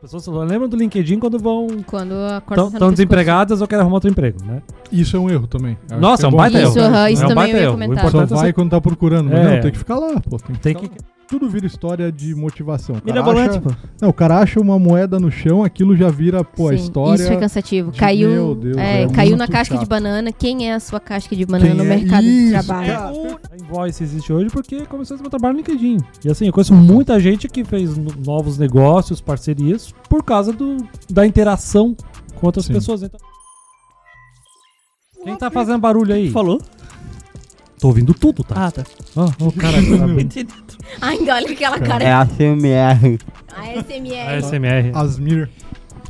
pessoas só lembram do LinkedIn quando vão. Quando a corda tá no Estão pescoço. desempregadas ou querem arrumar outro emprego, né? Isso é um erro também. Acho Nossa, que é um bom. baita erro. Isso, aham, isso é um também baita eu ia erro. O comentar. Só importante é vai você- quando tá procurando. Mas É. não, tem que ficar lá, pô. Tem que Tem ficar que- tipo, lá. Tudo vira história de motivação. O cara Mirabolante, acha- Então, pô. Não, o cara acha uma moeda no chão, aquilo já vira, pô, a Sim, história. Isso é cansativo. de- Caiu, Meu Deus, é, é caiu na muito casca de chato. banana. Quem é a sua casca de banana Quem no é? mercado de Isso, trabalho? cara. A Invoice existe hoje porque começou a trabalhar no LinkedIn. E assim, eu conheço muita gente que fez no- novos negócios, parcerias, por causa do, da interação com outras Sim. pessoas. Então... Quem tá fazendo barulho aí? Tu falou? Tô ouvindo tudo, tá? Ah, tá. Ah, o cara tá Entendi. Ai, olha aquela cara. É a CMR. ASMR. SMR. Ah. Asmir.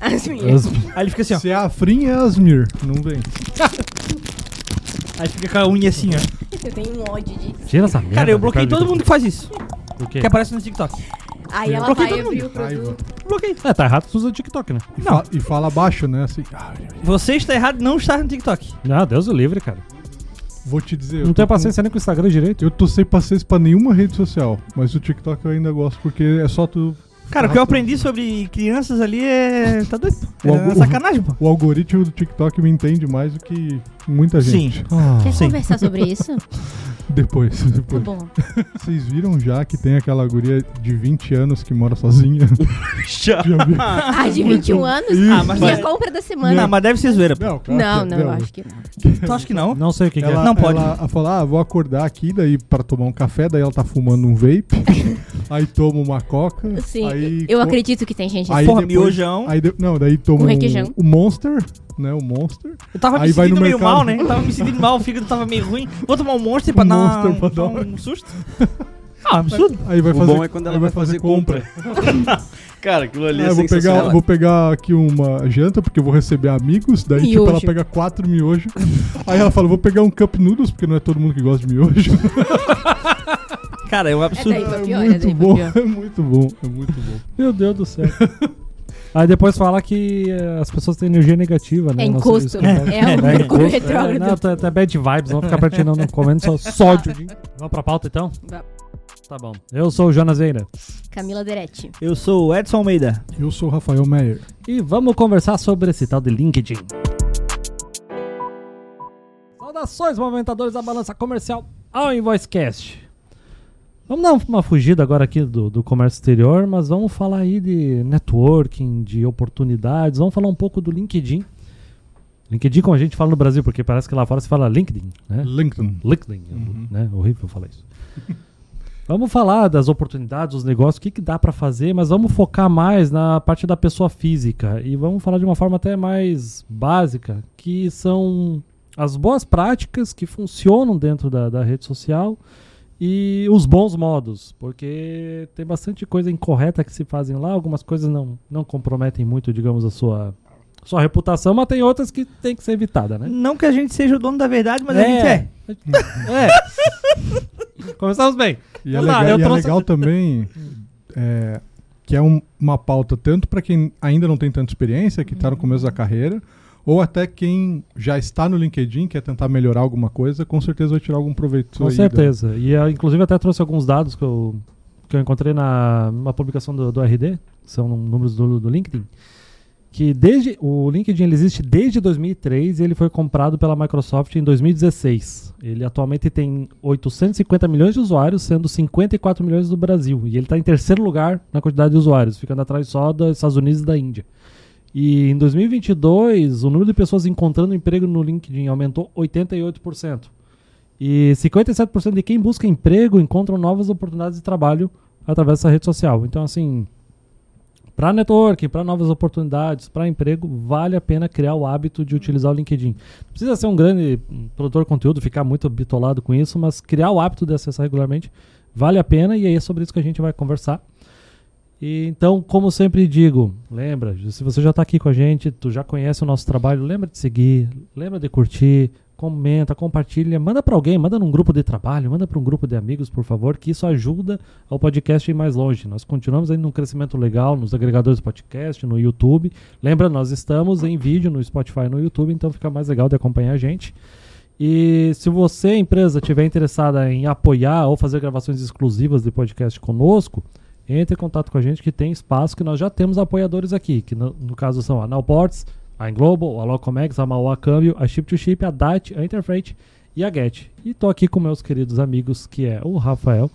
ASMR. Aí ele fica assim, ó. Se é a Frim, é Asmir. Não vem. Aí fica com a unha assim, ó. Eu tenho um ódio disso. Tira essa merda. Cara, eu do bloqueei cara todo do- mundo que faz isso. Por quê? Que aparece no TikTok. Aí ela Bloqueei vai todo abrir o Raiva. produto. Bloqueei. É, tá errado, tu usa TikTok, né? E, fa- e fala baixo, né? Assim, ah, Você está errado, não está no TikTok. Não, Deus o livre, cara. vou te dizer. eu Não tô tenho com- paciência nem com o Instagram direito. Eu tô sem paciência pra nenhuma rede social, mas o TikTok eu ainda gosto, porque é só tu. Cara, o que eu aprendi sobre crianças ali é. Tá doido? pô. O É algo- sacanagem, pô. O algoritmo do TikTok me entende mais do que muita Sim. gente. Quer Ah, Sim. conversar sobre isso? Depois, Tá depois. bom. Vocês viram já que tem aquela guria de 20 anos que mora sozinha? Já. Já vi. Ah, de 21 anos? Isso. é- Ah, mas- Minha compra da semana. Não, mas deve ser zoeira. pô. Não, Não, cara, não, eu acho que não. Tu acha que não? Não sei o que, que Ela, é. Não pode. Ela, ela fala, ah, vou acordar aqui daí pra tomar um café, daí ela tá fumando um vape, aí toma uma coca. Sim, aí eu co- acredito que tem gente Aí assim. Porra, depois- miojão. Aí de- não, daí toma Um requeijão. um, o Monster, né, o Monster. Eu tava me Aí vai sentindo no meio mercado. mal, né? Eu tava me sentindo mal, o fígado tava meio ruim. Vou tomar um monstro pra, Um dar, Monster pra dar dar- um susto. Ah, absurdo. Aí vai O fazer bom é quando ela aí vai fazer compra. Cara, aquilo ali Ah, é eu vou pegar, sensacional. vou pegar aqui uma janta, porque eu vou receber amigos. Daí, tipo, ela Miojo. pega quatro miojos. aí ela fala, vou pegar um cup noodles, porque não é todo mundo que gosta de miojo. Cara, é um É absurdo. daí pra é pior, é muito daí pra bom, pior. é muito bom, é muito bom. Meu Deus do céu. Aí depois fala que eh, as pessoas têm energia negativa, né? É Não sei encosto. isso que eu falo. É um mercúrio retrógrado. É, não, tá, tá bad vibes, vamos ficar pratinando, não comendo só sódio. de- Vamos pra pauta então? Vá. Tá bom. Eu sou o Jonas Eira. Camila Deretti. Eu sou o Edson Almeida. Eu sou o Rafael Meyer. E vamos conversar sobre esse tal de LinkedIn. Saudações, movimentadores da balança comercial ao Invoicecast. Vamos dar uma fugida agora aqui do, do comércio exterior, mas vamos falar aí de networking, de oportunidades, vamos falar um pouco do LinkedIn. LinkedIn, como a gente fala no Brasil, porque parece que lá fora se fala LinkedIn, né? LinkedIn. LinkedIn, né? Horrível falar isso. vamos falar das oportunidades, dos negócios, o que, que dá pra fazer, mas vamos focar mais na parte da pessoa física e vamos falar de uma forma até mais básica, que são as boas práticas que funcionam dentro da, da rede social e os bons modos, porque tem bastante coisa incorreta que se fazem lá, algumas coisas não, não comprometem muito, digamos, a sua, sua reputação, mas tem outras que tem que ser evitada, É. né? Não que a gente seja o dono da verdade, mas a gente é. é. Começamos bem. E é Não dá, legal, eu e é trouxe- legal também é, que é um- uma pauta tanto pra quem ainda não tem tanta experiência, que tá no começo da carreira, ou até quem já está no LinkedIn, quer tentar melhorar alguma coisa, com certeza vai tirar algum proveito. Com aí né? da- certeza. E eu, inclusive até trouxe alguns dados que eu, que eu encontrei na uma publicação do, do RD, que são números do, do LinkedIn, que desde o LinkedIn ele existe desde 2003 e ele foi comprado pela Microsoft em 2016. Ele atualmente tem 850 milhões de usuários, sendo 54 milhões do Brasil. E ele está em terceiro lugar na quantidade de usuários, ficando atrás só dos Estados Unidos e da Índia. E em 2022, o número de pessoas encontrando emprego no LinkedIn aumentou 88%. E 57% de quem busca emprego encontram novas oportunidades de trabalho através dessa rede social. Então, assim, para networking, para novas oportunidades, para emprego, vale a pena criar o hábito de utilizar o LinkedIn. Não precisa ser um grande hum, produtor de conteúdo, ficar muito bitolado com isso, mas criar o hábito de acessar regularmente vale a pena e aí é sobre isso que a gente vai conversar. E, então, como sempre digo, lembra, se você já está aqui com a gente, tu já conhece o nosso trabalho, lembra de seguir, lembra de curtir, comenta, compartilha, manda para alguém, manda num grupo de trabalho, manda para um grupo de amigos, por favor, que isso ajuda ao podcast ir mais longe. Nós continuamos ainda num crescimento legal nos agregadores de podcast, no YouTube. Lembra, nós estamos em vídeo no Spotify e no YouTube, então fica mais legal de acompanhar a gente. E se você, empresa, tiver interessada em apoiar ou fazer gravações exclusivas de podcast conosco, entre em contato com a gente que tem espaço, que nós já temos apoiadores aqui, que no, no caso são a Nowports, a Global, a Locomex, a Mauá Câmbio, a Ship to Ship, a DAT, a Interfreight e a Get. E tô aqui com meus queridos amigos, que é o Rafael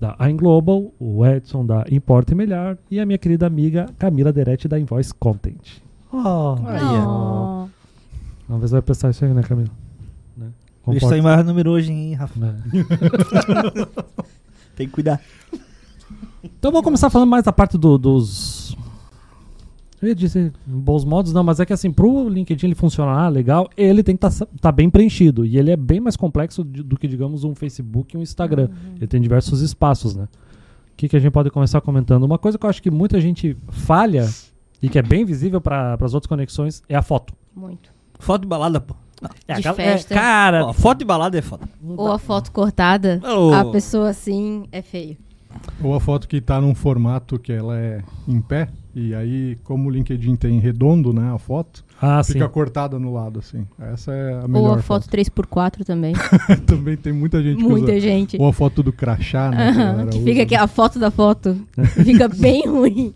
da Global, o Edson da Importa e Melhor e a minha querida amiga Camila Deretti da Invoice Content. Oh, é. Oh. Uma vez vai pensar isso aí, né, Camila? Né? eles estão em maior número hoje, hein, Rafa? Né? Tem que cuidar. Então vou começar falando mais da parte do- dos. Eu ia dizer bons modos, não, mas é que assim, pro LinkedIn ele funcionar legal, ele tem que estar bem preenchido. E ele é bem mais complexo de- do que, digamos, um Facebook e um Instagram. Ele tem diversos espaços, né? O que, que a gente pode começar comentando? Uma coisa que eu acho que muita gente falha e que é bem visível para as outras conexões é a foto. Muito. Foto de balada, pô. É De aquela- festa. É, cara, Ó, foto de balada é foda. Ou a foto cortada, Ô. a pessoa assim é feio. Ou a foto que tá num formato que ela é em pé, e aí, como o LinkedIn tem redondo, né, a foto, ah, sim. fica cortada no lado, assim. Essa é a melhor Ou a foto 3x4 também. Também tem muita gente que Muita usa. gente. Ou a foto do crachá, né, que a Aham, galera que usa, fica né? aqui, a foto da foto fica bem ruim.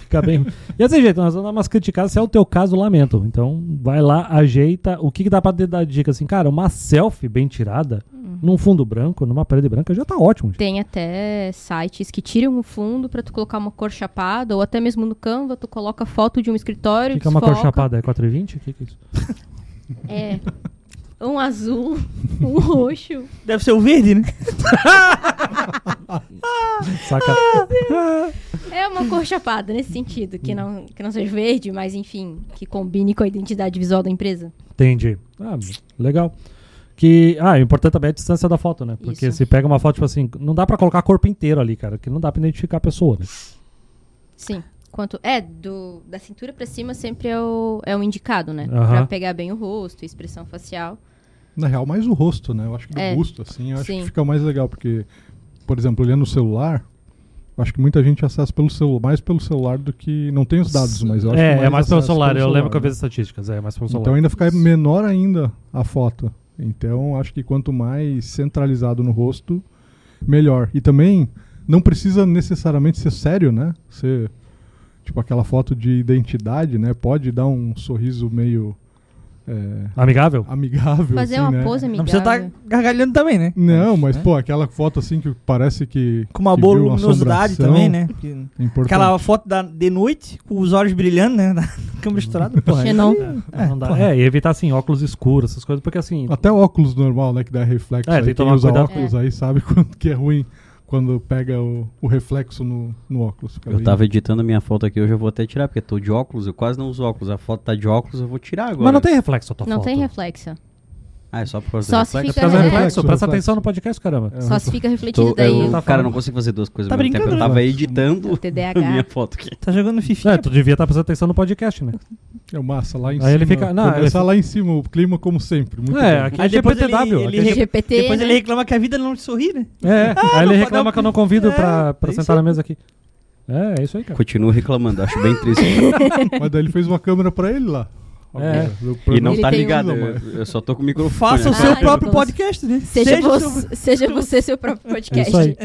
Fica bem. E assim, gente, nós vamos dar umas criticadas. Se é o teu caso, lamento. Então, vai lá, ajeita. O que, que dá pra te dar de dica? Assim, cara, uma selfie bem tirada, Hum. num fundo branco, numa parede branca, já tá ótimo. Gente. Tem até sites que tiram o fundo pra tu colocar uma cor chapada, ou até mesmo no Canva, tu coloca foto de um escritório, Fica uma cor desfoca. chapada, é 4,20? O que, que é isso? É. Um azul, um roxo. Deve ser o verde, né? Saca. É uma cor chapada nesse sentido, que não, que não seja verde, mas enfim, que combine com a identidade visual da empresa. Entendi. Ah, legal. Que, ah, o importante também é a distância da foto, né? Porque Isso. se pega uma foto, tipo assim, não dá pra colocar corpo inteiro ali, cara, que não dá pra identificar a pessoa, né? Sim. Quanto é do da cintura pra cima sempre é o, é o indicado, né? Aham. Pra pegar bem o rosto, expressão facial. Na real, mais o rosto, né? Eu acho que do É. busto, assim, eu acho Sim. que fica mais legal, porque, por exemplo, olhando o celular, eu acho que muita gente acessa pelo celular, mais pelo celular do que. Não tem os dados, mas eu acho que. É, é mais pelo acesso celular. Eu lembro que eu né? vi as estatísticas. É mais pelo celular. Então ainda fica menor ainda a foto. Então acho que quanto mais centralizado no rosto, melhor. E também não precisa necessariamente ser sério, né? Ser tipo aquela foto de identidade, né? Pode dar um sorriso meio é, Amigável? amigável. Fazer assim, uma né? pose Não amigável. precisa estar gargalhando também, né? Não, mas né? pô, aquela foto assim que parece que Com uma que boa viu uma luminosidade assombração, também, né? Que- é Importante. Aquela foto da, de noite, com os olhos brilhando, né? Na câmera estourada, porra. Xenon. É, não dá. é, e evitar assim, óculos escuros, essas coisas, porque assim. Até o óculos normal, né, que dá reflexo. É, aí, tem que quem tomar usa cuidado. óculos aí sabe quanto que é ruim quando pega o, o reflexo no, no óculos. Fica Eu bem- tava editando a minha foto aqui, hoje eu vou até tirar, porque tô de óculos, eu quase não uso óculos. A foto tá de óculos, eu vou tirar agora. Mas não tem reflexo a tua Não foto. tem reflexo. Ah, é só por causa Só do se reflexo? fica- Faz É, reflexo, reflexo, né? presta reflexo. atenção no podcast, caramba. É, Só se fica refletido Tô, daí. É eu, Tá cara, falando. eu não consigo fazer duas coisas Tá ao mesmo tempo. Eu brincando, tava né? editando O a minha TDAH. foto aqui. Tá jogando fifi. É, tu devia estar prestando atenção no podcast, né? É o massa, lá em Aí cima. ele fica- não, começar ele fica- lá em cima, o clima como sempre. Muito É, bom. aqui Aí é depois ele- GPTW. ele aqui é re- GPT, Depois né? ele reclama que a vida não te sorri, né? G- É, aí ele não, reclama pode- que eu não convido É, pra, pra isso sentar na aí. mesa aqui. É, é isso aí, cara. Continuo reclamando, acho bem triste. Mas daí ele fez uma câmera pra ele lá. É. Agora, do- pra e não Ele tá tem um- ligado, eu, eu só tô com o microfone. né? Faça o aqui. seu Ah, próprio então- podcast, né? Seja, o você, seu- seja você seu próprio É podcast. isso aí.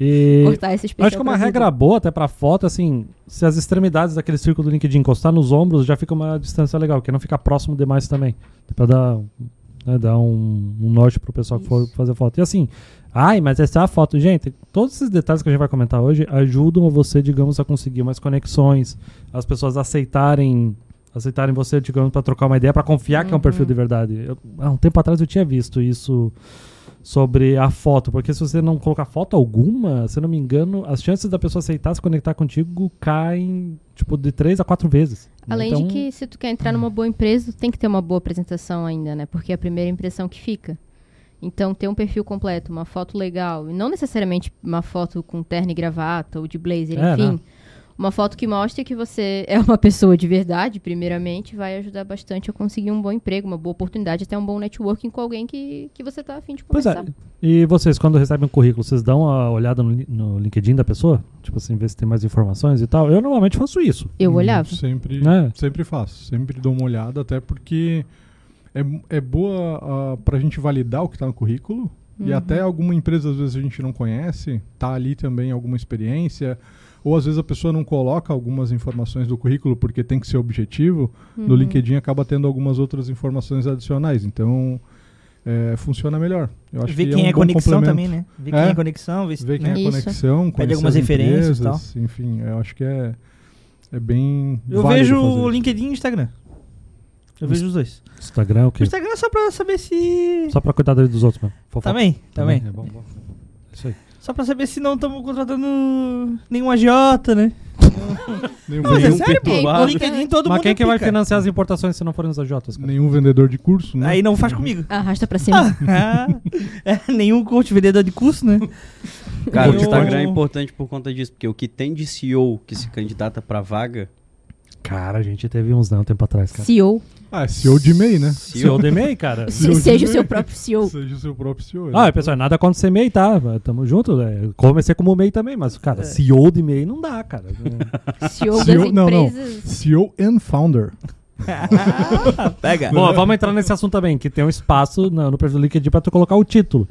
E Cortar esse especial acho que é uma pra regra boa até pra foto, assim, se as extremidades daquele círculo do LinkedIn encostar nos ombros, já fica uma distância legal, porque não fica próximo demais também. Tipo, Pra dar, né, dar um, um norte pro pessoal que for fazer foto. E assim, ai, mas essa é a foto. Gente, todos esses detalhes que a gente vai comentar hoje ajudam você, digamos, a conseguir mais conexões, as pessoas aceitarem aceitarem você, digamos, pra trocar uma ideia, pra confiar que é um Uhum. perfil de verdade. Eu- há um tempo atrás eu tinha visto isso sobre a foto, porque se você não colocar foto alguma, se eu não me engano, as chances da pessoa aceitar se conectar contigo caem, tipo, de três a quatro vezes. Além Então, de que, se tu quer entrar numa boa empresa, tu tem que ter uma boa apresentação ainda, né? Porque é a primeira impressão que fica. Então, ter um perfil completo, uma foto legal, e não necessariamente uma foto com terno e gravata ou de blazer, É, enfim. né? Uma foto que mostre que você é uma pessoa de verdade, primeiramente, vai ajudar bastante a conseguir um bom emprego, uma boa oportunidade, até um bom networking com alguém que, que você tá afim de Pois conversar. é. E vocês, quando recebem um currículo, vocês dão uma olhada no, li- no LinkedIn da pessoa? Tipo assim, ver se tem mais informações e tal? Eu normalmente faço isso. Eu olhava. Sempre, Né? sempre faço. Sempre dou uma olhada, até porque é, é boa ah, pra gente validar o que tá no currículo E Uhum. até alguma empresa, às vezes, a gente não conhece, tá ali também alguma experiência. Ou às vezes a pessoa não coloca algumas informações do currículo porque tem que ser objetivo. Uhum. No LinkedIn acaba tendo algumas outras informações adicionais. Então, é, funciona melhor. Eu acho Ver que quem é, um é bom conexão complemento. também, né? Ver quem É. é conexão, ver se- Ver quem né? é Isso. conexão, Pede conhecer algumas as referências e empresas, Enfim, eu acho que é, é bem Eu válido vejo fazer o isso. LinkedIn e o Instagram. Eu vejo os dois. Instagram, o O quê? Instagram é só pra saber se. Só pra cuidar da vida dos outros mesmo. Fofoca. Também, também. É bom, bom. É Isso aí. Só pra saber se não estamos contratando nenhum agiota, né? Nenhum, Não, mas é vendedor, sério, pô. perturbado. No LinkedIn todo Mas mundo quem é que vai pica. financiar as importações se não forem os agiotas? cara? nenhum vendedor de curso, né? Aí não faz comigo. Arrasta pra cima. Ah, é, nenhum coach vendedor de curso, né? Cara, o Eu- Instagram é importante por conta disso, porque o que tem de CEO que se candidata pra vaga, Cara, a gente teve uns não um tempo atrás, cara. CEO. Ah, é CEO de MEI, né? CEO do e-mail, cara. Se- seja o seu próprio CEO. Seja o seu próprio CEO. Ah, né? pessoal, nada contra ser MEI, tá? Tamo junto. né? Comecei como MEI também, mas, cara, CEO de MEI não dá, cara. CEO das CEO não, não. empresas. CEO and founder. É Ah, pega. Bom, vamos entrar nesse assunto também, que tem um espaço na- no perfil do LinkedIn pra tu colocar o título.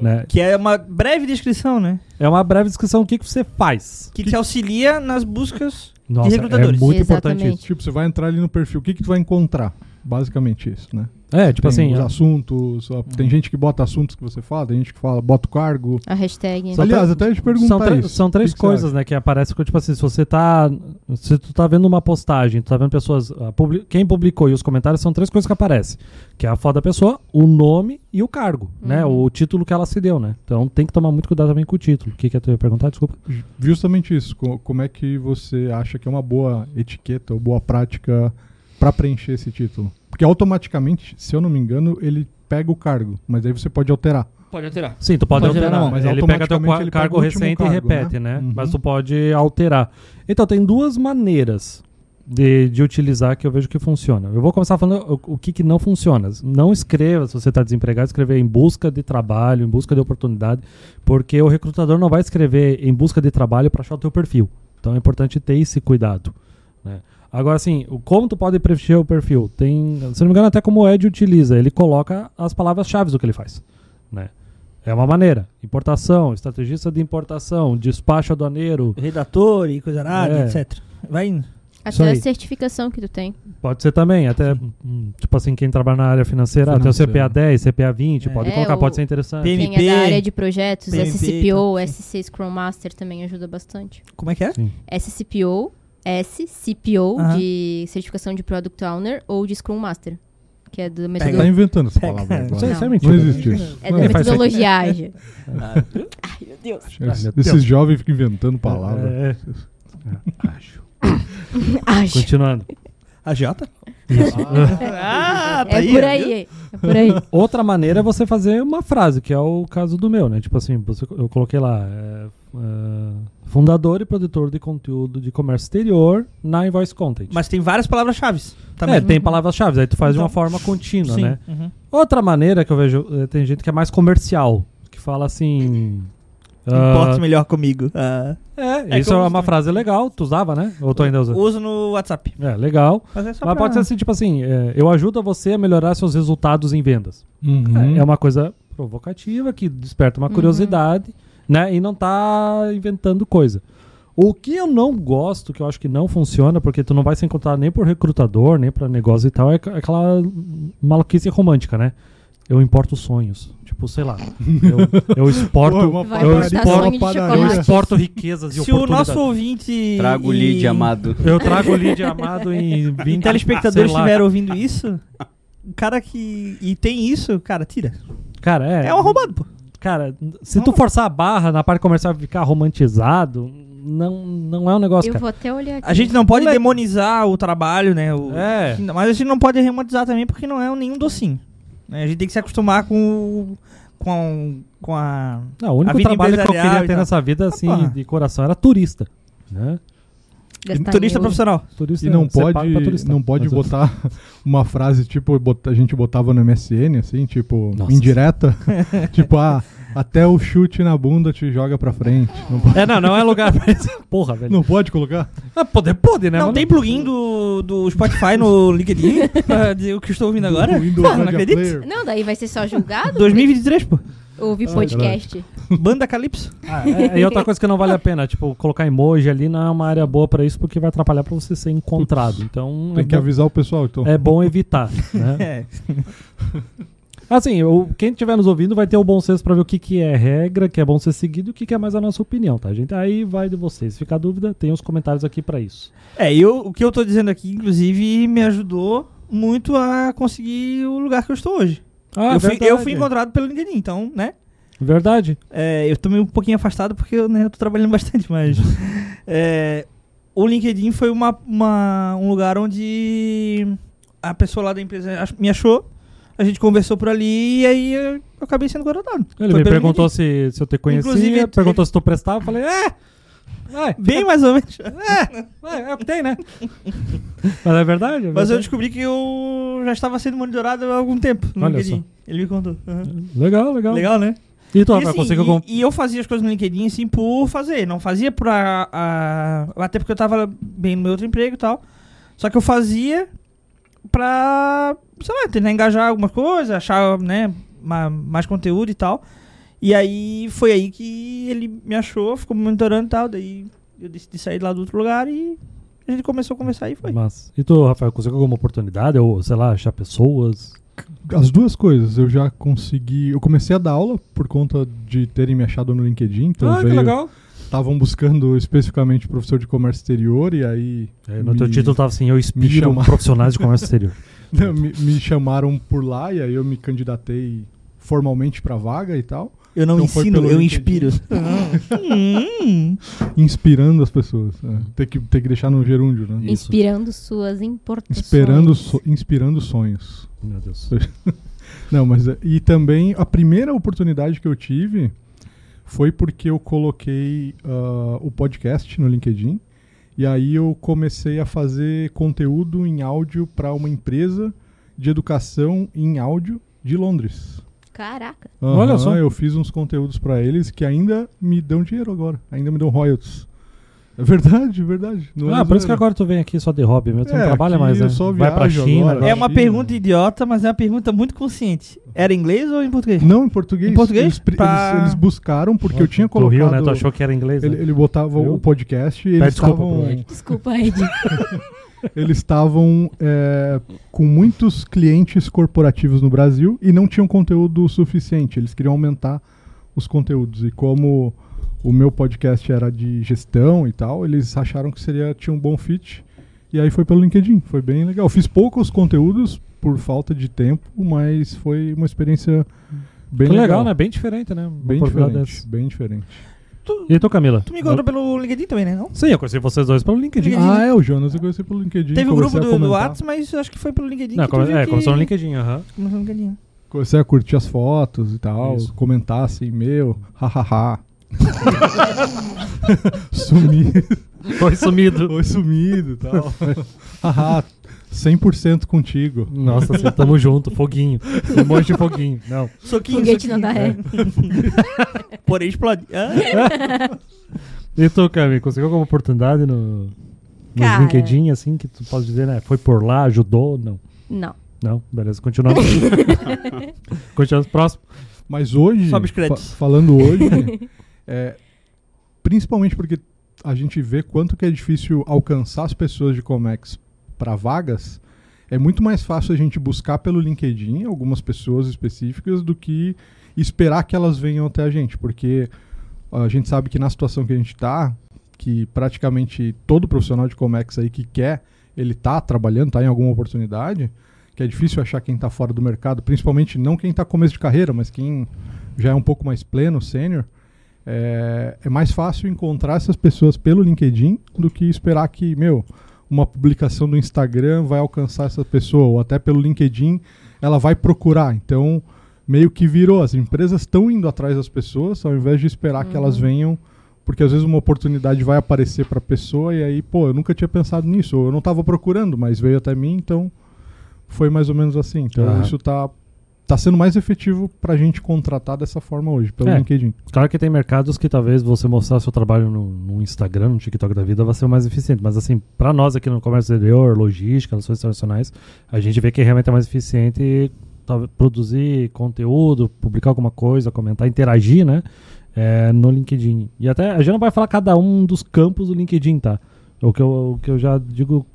né? Que é uma breve descrição, né? É uma breve descrição do que, que você faz. Que te auxilia nas buscas Nossa, é recrutadores. muito Exatamente. importante isso. Tipo, você vai entrar ali no perfil, o que, que tu vai encontrar? Basicamente isso, né? É, Uhum. tipo tem assim, os a- assuntos, ó, tem gente que bota assuntos que você fala, tem gente que fala, bota o cargo. A hashtag. Só Aliás, tre- até eu te são, perguntar tre- isso. são O que três que você coisas, acha? né, que aparece que, tipo assim, se você tá. Se tu tá vendo uma postagem, tu tá vendo pessoas. a publi- quem publicou e os comentários são três coisas que aparecem. Que é a foto da pessoa, o nome e o cargo, né? O título que ela se deu, né? Então tem que tomar muito cuidado também com o título. O que, que eu ia perguntar? Desculpa. Justamente isso. co- Como é que você acha que é uma boa etiqueta ou boa prática para preencher esse título? Porque automaticamente, se eu não me engano, ele pega o cargo, mas aí você pode alterar. Pode alterar. Sim, tu pode Pode alterar. alterar, mas ele pega teu automaticamente qua- ele pega cargo o último recente e cargo, repete, né? né? Uhum. Mas tu pode alterar. Então, tem duas maneiras de, de utilizar que eu vejo que funciona. Eu vou começar falando o, o que, que não funciona. Não escreva, se você está desempregado, escrever em busca de trabalho, em busca de oportunidade, porque o recrutador não vai escrever em busca de trabalho para achar o teu perfil. Então, é importante ter esse cuidado. né? Agora, assim, o- como tu pode preencher o perfil? Tem, se não me engano, até como o Ed utiliza. Ele coloca as palavras-chave do que ele faz. Né? É uma maneira. Importação, estrategista de importação, despacho aduaneiro. Redator e coisa nada, É. etc. Vai indo. Isso Até a aí. certificação que tu tem. Pode ser também, até hum, tipo assim, quem trabalha na área financeira, Financeira. até o CPA 10, CPA 20, pode É, colocar, o- pode ser interessante. PNP. Quem é da área de projetos, PNP, SCPO, então, SC Scrum Master também ajuda bastante. Como é que é? SCPO, SCPO Aham. de certificação de Product Owner ou de Scrum Master, que é do Você metodo... tá inventando essa Pega. palavra agora. Isso, Não. isso é Não mentira. existe isso. É Não, da Ele faz metodologia ágil. Ai, meu Deus. Esses, Ah, meu Deus. esses jovens ficam inventando palavra. É, é. Ágil. Continuando. A Jota? Ah, tá É por aí. É por aí. Outra maneira é você fazer uma frase, que é o caso do meu, né? Tipo assim, você- eu coloquei lá, é, é, fundador e produtor de conteúdo de comércio exterior na Invoice Content. Mas tem várias palavras-chave. é, tem palavras-chave, aí tu faz de uma Então, forma contínua, Sim. né? Uhum. Outra maneira que eu vejo, eh, tem gente que é mais comercial, que fala assim. Importa ah, melhor comigo. Ah, é, Um É isso que é eu uma uso também. frase legal, tu usava, né? Ou tu ainda usa? uso no WhatsApp. É, legal. Mas, é só Mas pra- pode ser assim, tipo assim, eh, eu ajudo você a melhorar seus resultados em vendas. Uhum. É uma coisa provocativa que desperta Uhum. uma curiosidade, né? E não tá inventando coisa. O que eu não gosto, que eu acho que não funciona, porque tu não vai se encontrar nem por recrutador, nem pra negócio e tal, é ca- aquela maluquice romântica, né? Eu importo sonhos. Tipo, sei lá. Eu, eu exporto. Pô, é uma Vai eu importar padaria, exporto, sonho de eu chocolate. exporto riquezas e Se o oportunidades. nosso ouvinte. trago o e- lead amado. Eu trago o lead amado em 20 e telespectadores sei lá. estiveram ouvindo isso, o cara que. E tem isso, cara, tira. Cara, é. É um arrombado, pô. Cara, se tu forçar a barra na parte comercial ficar romantizado, não, não é um negócio, Eu cara. vou até olhar aqui. A gente não pode Moleque. demonizar o trabalho, né? o- É. Mas a gente não pode remonizar também porque não é nenhum docinho. né? A gente tem que se acostumar com o. Com a. Com a... Não, o único vida trabalho que eu empresarial queria e ter tal. nessa vida, assim, porra. de coração, era turista. Né? Gastar em Turista euro. profissional. Turista E não você paga pra pode, turista. não pode Mas eu- botar uma frase tipo bota- a gente botava no MSN, assim, tipo, Nossa. indireta. tipo, ah, até o chute na bunda te joga pra frente. Não pode, É, não, não é lugar pra isso. Porra, velho. não pode colocar? Ah, poder, pode, né? Não, Mas tem plugin do, do Spotify no LinkedIn pra dizer o que estou ouvindo agora? Do Windows Pô, não Media acredito. Player. Não, daí vai ser só julgado? 2023, pô. Ouvir podcast. Banda Calypso? É, e outra coisa que não vale a pena, tipo, colocar emoji ali não é uma área boa pra isso, porque vai atrapalhar pra você ser encontrado. Então, é Tem que bom- avisar o pessoal, então. é bom evitar, né? É. Assim, o- quem estiver nos ouvindo vai ter o bom senso pra ver o que, que é regra, que é bom ser seguido e o que, que é mais a nossa opinião, tá, gente? Aí vai de vocês. Se ficar dúvida, tem os comentários aqui pra isso. É, eu, o que eu tô dizendo aqui, inclusive, me ajudou muito a conseguir o lugar que eu estou hoje. Ah, eu, fui, eu fui encontrado pelo LinkedIn, então, né? Verdade. É, eu tô meio um pouquinho afastado porque eu, né, eu tô trabalhando bastante, mas. é, o LinkedIn foi uma, uma- um lugar onde a pessoa lá da empresa ach- me achou, a gente conversou por ali e aí eu acabei sendo contratado. Ele Foi me pelo perguntou se, se eu te conhecia, Inclusive, ele- perguntou se tu prestava, eu falei, é! Vai, LinkedIn. Bem mais ou menos. vai, é o que tem, né? Mas é verdade? é Mas eu verdade. descobri que eu já estava sendo monitorado há algum tempo no Olha LinkedIn. Ele me contou. Aham. Legal, legal. Legal, né? E tu, E, Rafael, assim, conseguiu e- algum... e eu fazia as coisas no LinkedIn, assim, por fazer. Não fazia pra... a- até porque eu tava bem no meu outro emprego e tal. Só que eu fazia pra, sei lá, tentar engajar alguma coisa, achar, né, ma- mais conteúdo e tal. E aí, foi aí que ele me achou, ficou me monitorando e tal. Daí, eu decidi sair lá do outro lugar e a gente começou a conversar e foi. Mas, e tu, Rafael, conseguiu alguma oportunidade? Ou, sei lá, achar pessoas? As duas coisas, eu já consegui. Eu comecei a dar aula por conta de terem me achado no LinkedIn. Então Ah, veio- Estavam buscando especificamente professor de comércio exterior e aí. É, no teu título tava assim, eu inspiro chama- profissionais de comércio exterior. Não, me, me chamaram por lá e aí eu me candidatei formalmente pra vaga e tal, Eu não Então foi ensino, pelo eu LinkedIn. inspiro. Hum. inspirando as pessoas. né? Tem, que, tem que deixar no gerúndio, né? Isso. Inspirando suas importações. Esperando, so- inspirando sonhos. Meu Deus. Não, mas é- e também a primeira oportunidade que eu tive foi porque eu coloquei ah, o podcast no LinkedIn e aí eu comecei a fazer conteúdo em áudio para uma empresa de educação em áudio de Londres. Caraca. Aham, Olha só. eu fiz uns conteúdos para eles que ainda me dão dinheiro agora, ainda me dão royalties. É verdade, verdade. Não é ah, por isso que zoeira. agora tu vem aqui só de hobby, meu. Tu não É, trabalha aqui mais, né? eu só Vai pra viajo China. né? agora. vai- É uma Imagina. pergunta idiota, mas é uma pergunta muito consciente. Era em inglês ou em português? Não, em português. Em português? Eles, pri- Pra- eles- eles buscaram porque eu tinha Tu colocado riu, né? Tu achou que era inglês, né? Ele, ele botava Viu? o podcast e eles desculpa estavam pro Ed. Desculpa, Ed. eles estavam, é, com muitos clientes corporativos no Brasil e não tinham conteúdo suficiente. Eles queriam aumentar os conteúdos. E como o meu podcast era de gestão e tal, eles acharam que seria tinha um bom fit. E aí foi pelo LinkedIn, foi bem legal. Fiz poucos conteúdos por falta de tempo, mas foi uma experiência bem Que legal, legal. né? Bem diferente, né? Uma Bem oportunidade diferente, bem diferente. Tu, dessa. E tu, Camila? tu me encontrou pelo LinkedIn também, né? Não? Sim, eu conheci vocês dois pelo LinkedIn. Ah, é, o Jonas eu conheci pelo LinkedIn. Teve o comecei grupo a do, do comentar. Whats, mas acho que foi pelo Ah, LinkedIn. Não, que tu come- viu é, que- começou no LinkedIn, aham. Começou no LinkedIn. Comecei a curtir as fotos e tal, Isso. comentar assim, meu, hahaha. Sumi, Foi sumido. oi sumido e tal. Haha, 100% contigo. Nossa, assim, tamo junto, foguinho. Um Emoji de foguinho. Não. Soquinho, Foguete soquinho. não dá É. ré. Porém explode. Ah, E tu, Cami, conseguiu alguma oportunidade no, no Cara. LinkedIn, assim, que tu pode dizer, né? Foi por lá, ajudou? Não. Não. Não, beleza, continuamos. continuamos próximo. Mas hoje, Sobe os créditos. fa- falando hoje, é, principalmente porque a gente vê quanto que é difícil alcançar as pessoas de Comex para vagas, é muito mais fácil a gente buscar pelo LinkedIn algumas pessoas específicas do que esperar que elas venham até a gente, porque a gente sabe que na situação que a gente tá, está, que praticamente todo profissional de Comex aí que quer, ele está trabalhando, está em alguma oportunidade, que é difícil achar quem está fora do mercado, principalmente não quem está começo de carreira, mas quem já é um pouco mais pleno, sênior, é, é mais fácil encontrar essas pessoas pelo LinkedIn do que esperar que, meu, uma publicação do Instagram vai alcançar essa pessoa, ou até pelo LinkedIn ela vai procurar. Então, meio que virou. As empresas estão indo atrás das pessoas, ao invés de esperar que elas venham, porque às vezes uma oportunidade vai aparecer para a pessoa e aí, pô, eu nunca tinha pensado nisso, ou eu não estava procurando, mas veio até mim, então foi mais ou menos assim. Então, Ah. isso tá tá sendo mais efetivo pra gente contratar dessa forma hoje, pelo É. LinkedIn. Claro que tem mercados que talvez você mostrar seu trabalho no, no Instagram, no TikTok da vida, vai ser o mais eficiente. Mas assim, pra nós aqui no comércio exterior, logística, relações internacionais, a gente vê que realmente é mais eficiente talvez, produzir conteúdo, publicar alguma coisa, comentar, interagir, né? é, no LinkedIn. E até a gente não vai falar cada um dos campos do LinkedIn, tá? O que eu, o que eu já digo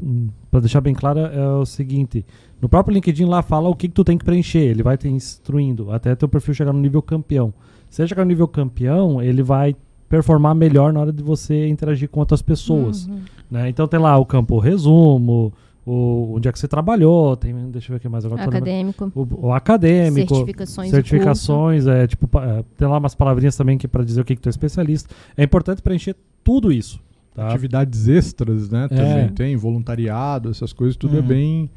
para deixar bem claro é o seguinte: no próprio LinkedIn lá fala o que, que tu tem que preencher, ele vai te instruindo até teu perfil chegar no nível campeão. Se ele chegar no nível campeão, ele vai performar melhor na hora de você interagir com outras pessoas. Uhum. Né? Então tem lá o campo resumo, o, onde é que você trabalhou, tem, deixa eu ver aqui mais agora. tô lembrando. Acadêmico. O, o acadêmico. Certificações. do certificações, é tipo, pa- é, tem lá umas palavrinhas também que para dizer o que, que tu é especialista. É importante preencher tudo isso. Tá? Atividades extras, né? É. Uhum. Também tem, voluntariado, essas coisas, tudo é bem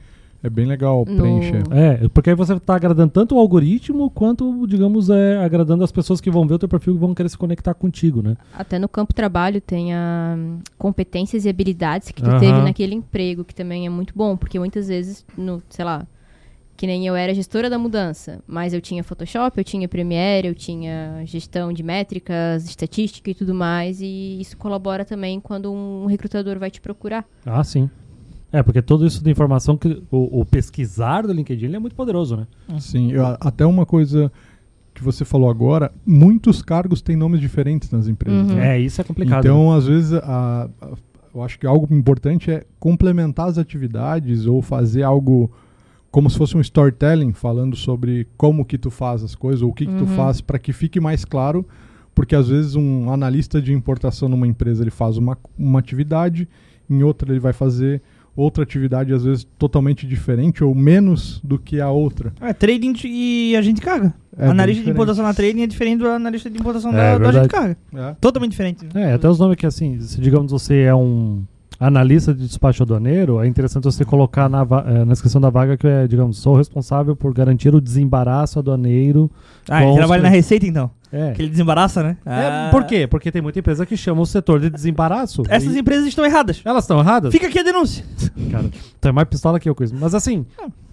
é bem legal No- preencher. É, porque aí você tá agradando tanto o algoritmo quanto, digamos, é, agradando as pessoas que vão ver o teu perfil e vão querer se conectar contigo, né? Até no campo trabalho tem a hum, competências e habilidades que tu Aham. teve naquele emprego, que também é muito bom, porque muitas vezes, no, sei lá, que nem eu era gestora da mudança, mas eu tinha Photoshop, eu tinha Premiere, eu tinha gestão de métricas, estatística e tudo mais, e isso colabora também quando um recrutador vai te procurar. Ah, sim. É, porque tudo isso de informação que o, o pesquisar do LinkedIn ele é muito poderoso, né? Sim, eu- até uma coisa que você falou agora, muitos cargos têm nomes diferentes nas empresas. Uhum. né? É, isso é complicado. né? Então, às vezes, a- a- eu acho que algo importante é complementar as atividades ou fazer algo como se fosse um storytelling, falando sobre como que tu faz as coisas ou o que, que tu Uhum. faz para que fique mais claro, porque às vezes um analista de importação numa empresa ele faz uma, uma atividade, em outra ele vai fazer outra atividade às vezes totalmente diferente ou menos do que a outra. É, trading de- e a gente caga. É bem analista de diferente. importação na trading é diferente do analista de importação É, da, do a verdade. gente caga. É. Totalmente diferente. É, até os nomes que assim, se digamos você é um analista de despacho aduaneiro, é interessante você colocar na, va- eh, na descrição da vaga que é, digamos, sou responsável por garantir o desembaraço aduaneiro. Ah, ele Bom, trabalha sim. na Receita então. É. Que ele desembaraça, né? É, Ah. por quê? Porque tem muita empresa que chama o setor de desembaraço. Essas E- empresas estão erradas. Elas estão erradas? Fica aqui a denúncia. Cara, tu é mais pistola que eu com isso. Mas assim,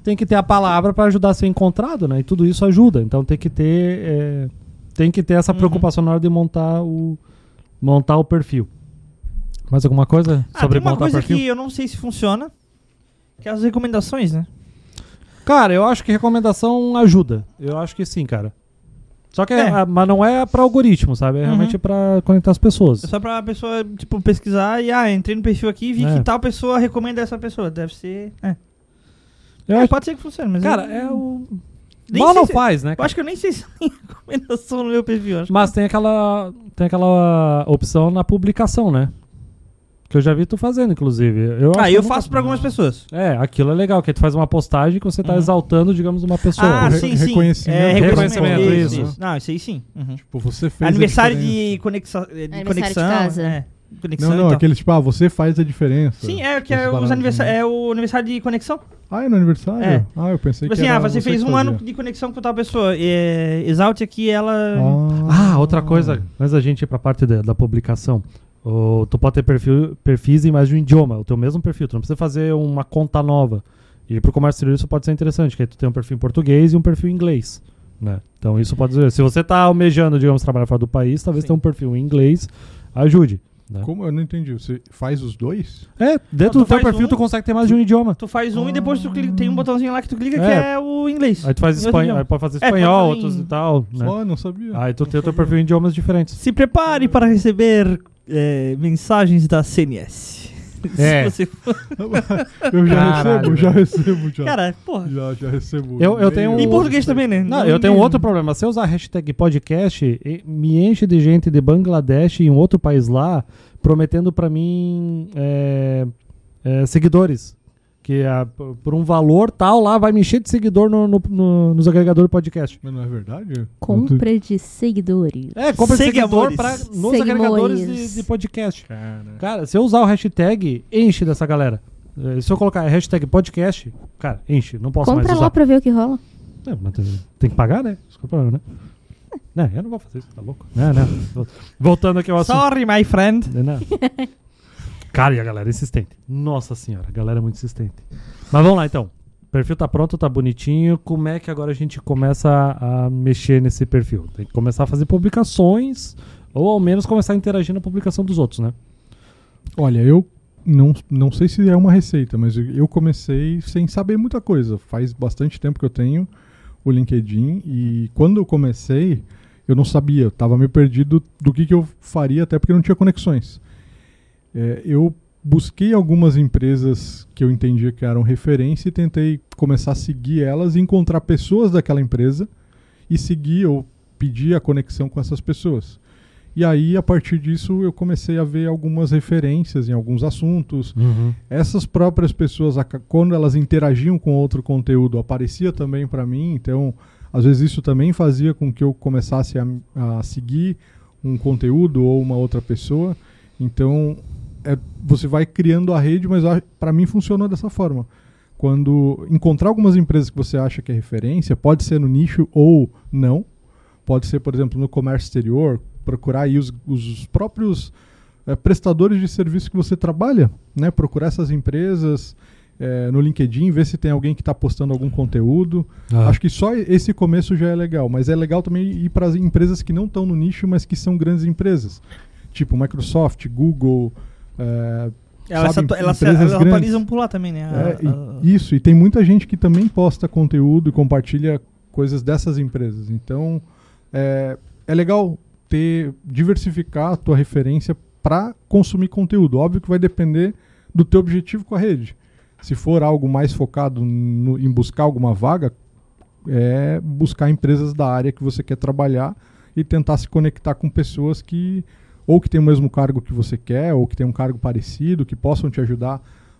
tem que ter a palavra para ajudar a ser encontrado, né? E tudo isso ajuda. Então tem que ter, eh, tem que ter Uhum. essa preocupação na hora de montar o, montar o perfil. Mais alguma coisa Ah, sobre tem uma montar coisa perfil? que eu não sei se funciona, que é as recomendações, né? Cara, eu acho que recomendação ajuda. Eu acho que sim, cara. Só que, é- É. Uhum. ah, mas não é pra algoritmo, sabe? É realmente pra conectar as pessoas. É só pra pessoa, tipo, pesquisar e, ah, entrei no perfil aqui e vi É. que tal pessoa recomenda essa pessoa. Deve ser... É, Eu É, acho- pode ser que funcione, mas... cara, eu- é o. nem Mal sei não se- faz, né? Eu acho que eu nem sei se tem recomendação no meu perfil. Acho. Mas tem aquela, tem aquela opção na publicação, né? Que eu já vi tu fazendo, inclusive. Eu acho Ah, que eu nunca- faço pra algumas pessoas. É, aquilo é legal, que tu faz uma postagem que você tá Uhum. exaltando, digamos, uma pessoa. Ah, Re- sim, sim. reconhecimento. É, reconhecimento. Reconhecimento, isso, isso. isso. Não, isso aí sim. Uhum. Tipo, você fez a Aniversário diferença. de, conexa... de Aniversário de conexão. casa. É. Conexão Não, e não, tal. aquele tipo, ah, você faz a diferença. Sim, é, que é, Essas os paradas, aniversa- né? é o aniversário de conexão. Ah, é no aniversário? É. Ah, eu pensei Tipo que assim, era ah, você fez que um ano fazia. de conexão com tal pessoa. É, exalte aqui ela. Ah, Ah, outra coisa, antes da gente ir pra parte da, da publicação. o- tu pode ter perfil, perfis em mais de um idioma, o teu mesmo perfil. Tu não precisa fazer uma conta nova. E pro comércio exterior isso pode ser interessante, que aí tu tem um perfil em português e um perfil em inglês. Né? Então isso pode ser. Se você tá almejando, digamos, trabalhar fora do país, talvez Sim. ter um perfil em inglês ajude. ah. né? Como? Eu não entendi. Você faz os dois? É, dentro Não, tu do teu faz perfil um- tu consegue ter mais de um idioma. Tu faz um e depois tu clica, tem um botãozinho lá que tu clica que É. é o inglês. Aí tu faz Em outro espanhol, idioma. aí pode fazer É, pode espanhol, fazer em- outros e tal. Né? Só, não sabia. Ah. Aí tu tem o teu perfil em idiomas diferentes. Se prepare para receber é, mensagens da CNS. É. Se você- eu já Caralho, recebo, já velho. recebo, já. Cara, porra. já, já recebo. Eu- eu tenho Em um- português também, né? Não, eu tenho outro problema. Se eu usar a hashtag podcast, e- me enche de gente de Bangladesh e um outro país lá prometendo pra mim é, é, seguidores. Que ah, por por um valor tal lá vai me encher de seguidor no, no- no- nos agregadores de podcast. Mas não é verdade? Compra de seguidores. É, compra de seguidor Seguidores. pra, nos Seguidores. agregadores de, de podcast. Cara. Cara, se eu usar o hashtag, enche dessa galera. Eh, Se eu colocar hashtag podcast, cara, enche. Não posso Compra mais lá usar. pra ver o que rola. É, mas tem- tem que pagar, né? Isso que é o problema, né? Não, eu não vou fazer isso, tá louco? Não, não. Vol- Voltando aqui ao assunto. Sorry, my friend. Não, não. Cara, e a galera é insistente. Nossa senhora, a galera é muito insistente. Mas vamos lá então. O perfil tá pronto, tá bonitinho. Como é que agora a gente começa a a mexer nesse perfil? Tem que começar a fazer publicações, ou ao menos começar a interagir na publicação dos outros, né? Olha, eu não, não sei se é uma receita, mas eu comecei sem saber muita coisa. Faz bastante tempo que eu tenho o LinkedIn e quando eu comecei, eu não sabia, eu estava meio perdido do que, que eu faria, até porque não tinha conexões. É, eu busquei algumas empresas que eu entendia que eram referência e tentei começar a seguir elas e encontrar pessoas daquela empresa e seguir ou pedir a conexão com essas pessoas. E aí, a partir disso, eu comecei a ver algumas referências em alguns assuntos. Uhum. Essas próprias pessoas, aca- quando elas interagiam com outro conteúdo, aparecia também para mim. Então, às vezes, isso também fazia com que eu começasse a, a seguir um conteúdo ou uma outra pessoa. Então, é- você vai criando a rede, mas para mim funcionou dessa forma. Quando encontrar algumas empresas que você acha que é referência, pode ser no nicho ou não. Pode ser, por exemplo, no comércio exterior, procurar aí os, os próprios eh, prestadores de serviço que você trabalha, né? Procurar essas empresas eh, no LinkedIn, ver se tem alguém que está postando algum conteúdo. Ah. Acho que só esse começo já é legal, mas é legal também ir para as empresas que não estão no nicho, mas que são grandes empresas, tipo Microsoft, Google. eh, Elas, sabe, atu- elas, se- empresas elas grandes. atualizam por lá também, né? é, A- e- a- isso, e tem muita gente que também posta conteúdo e compartilha coisas dessas empresas. Então, é, é legal ter diversificar a tua referência para consumir conteúdo. Óbvio que vai depender do teu objetivo com a rede. Se for algo mais focado no- em buscar alguma vaga, é buscar empresas da área que você quer trabalhar e tentar se conectar com pessoas que ou que têm o mesmo cargo que você quer, ou que têm um cargo parecido, que possam te ajudar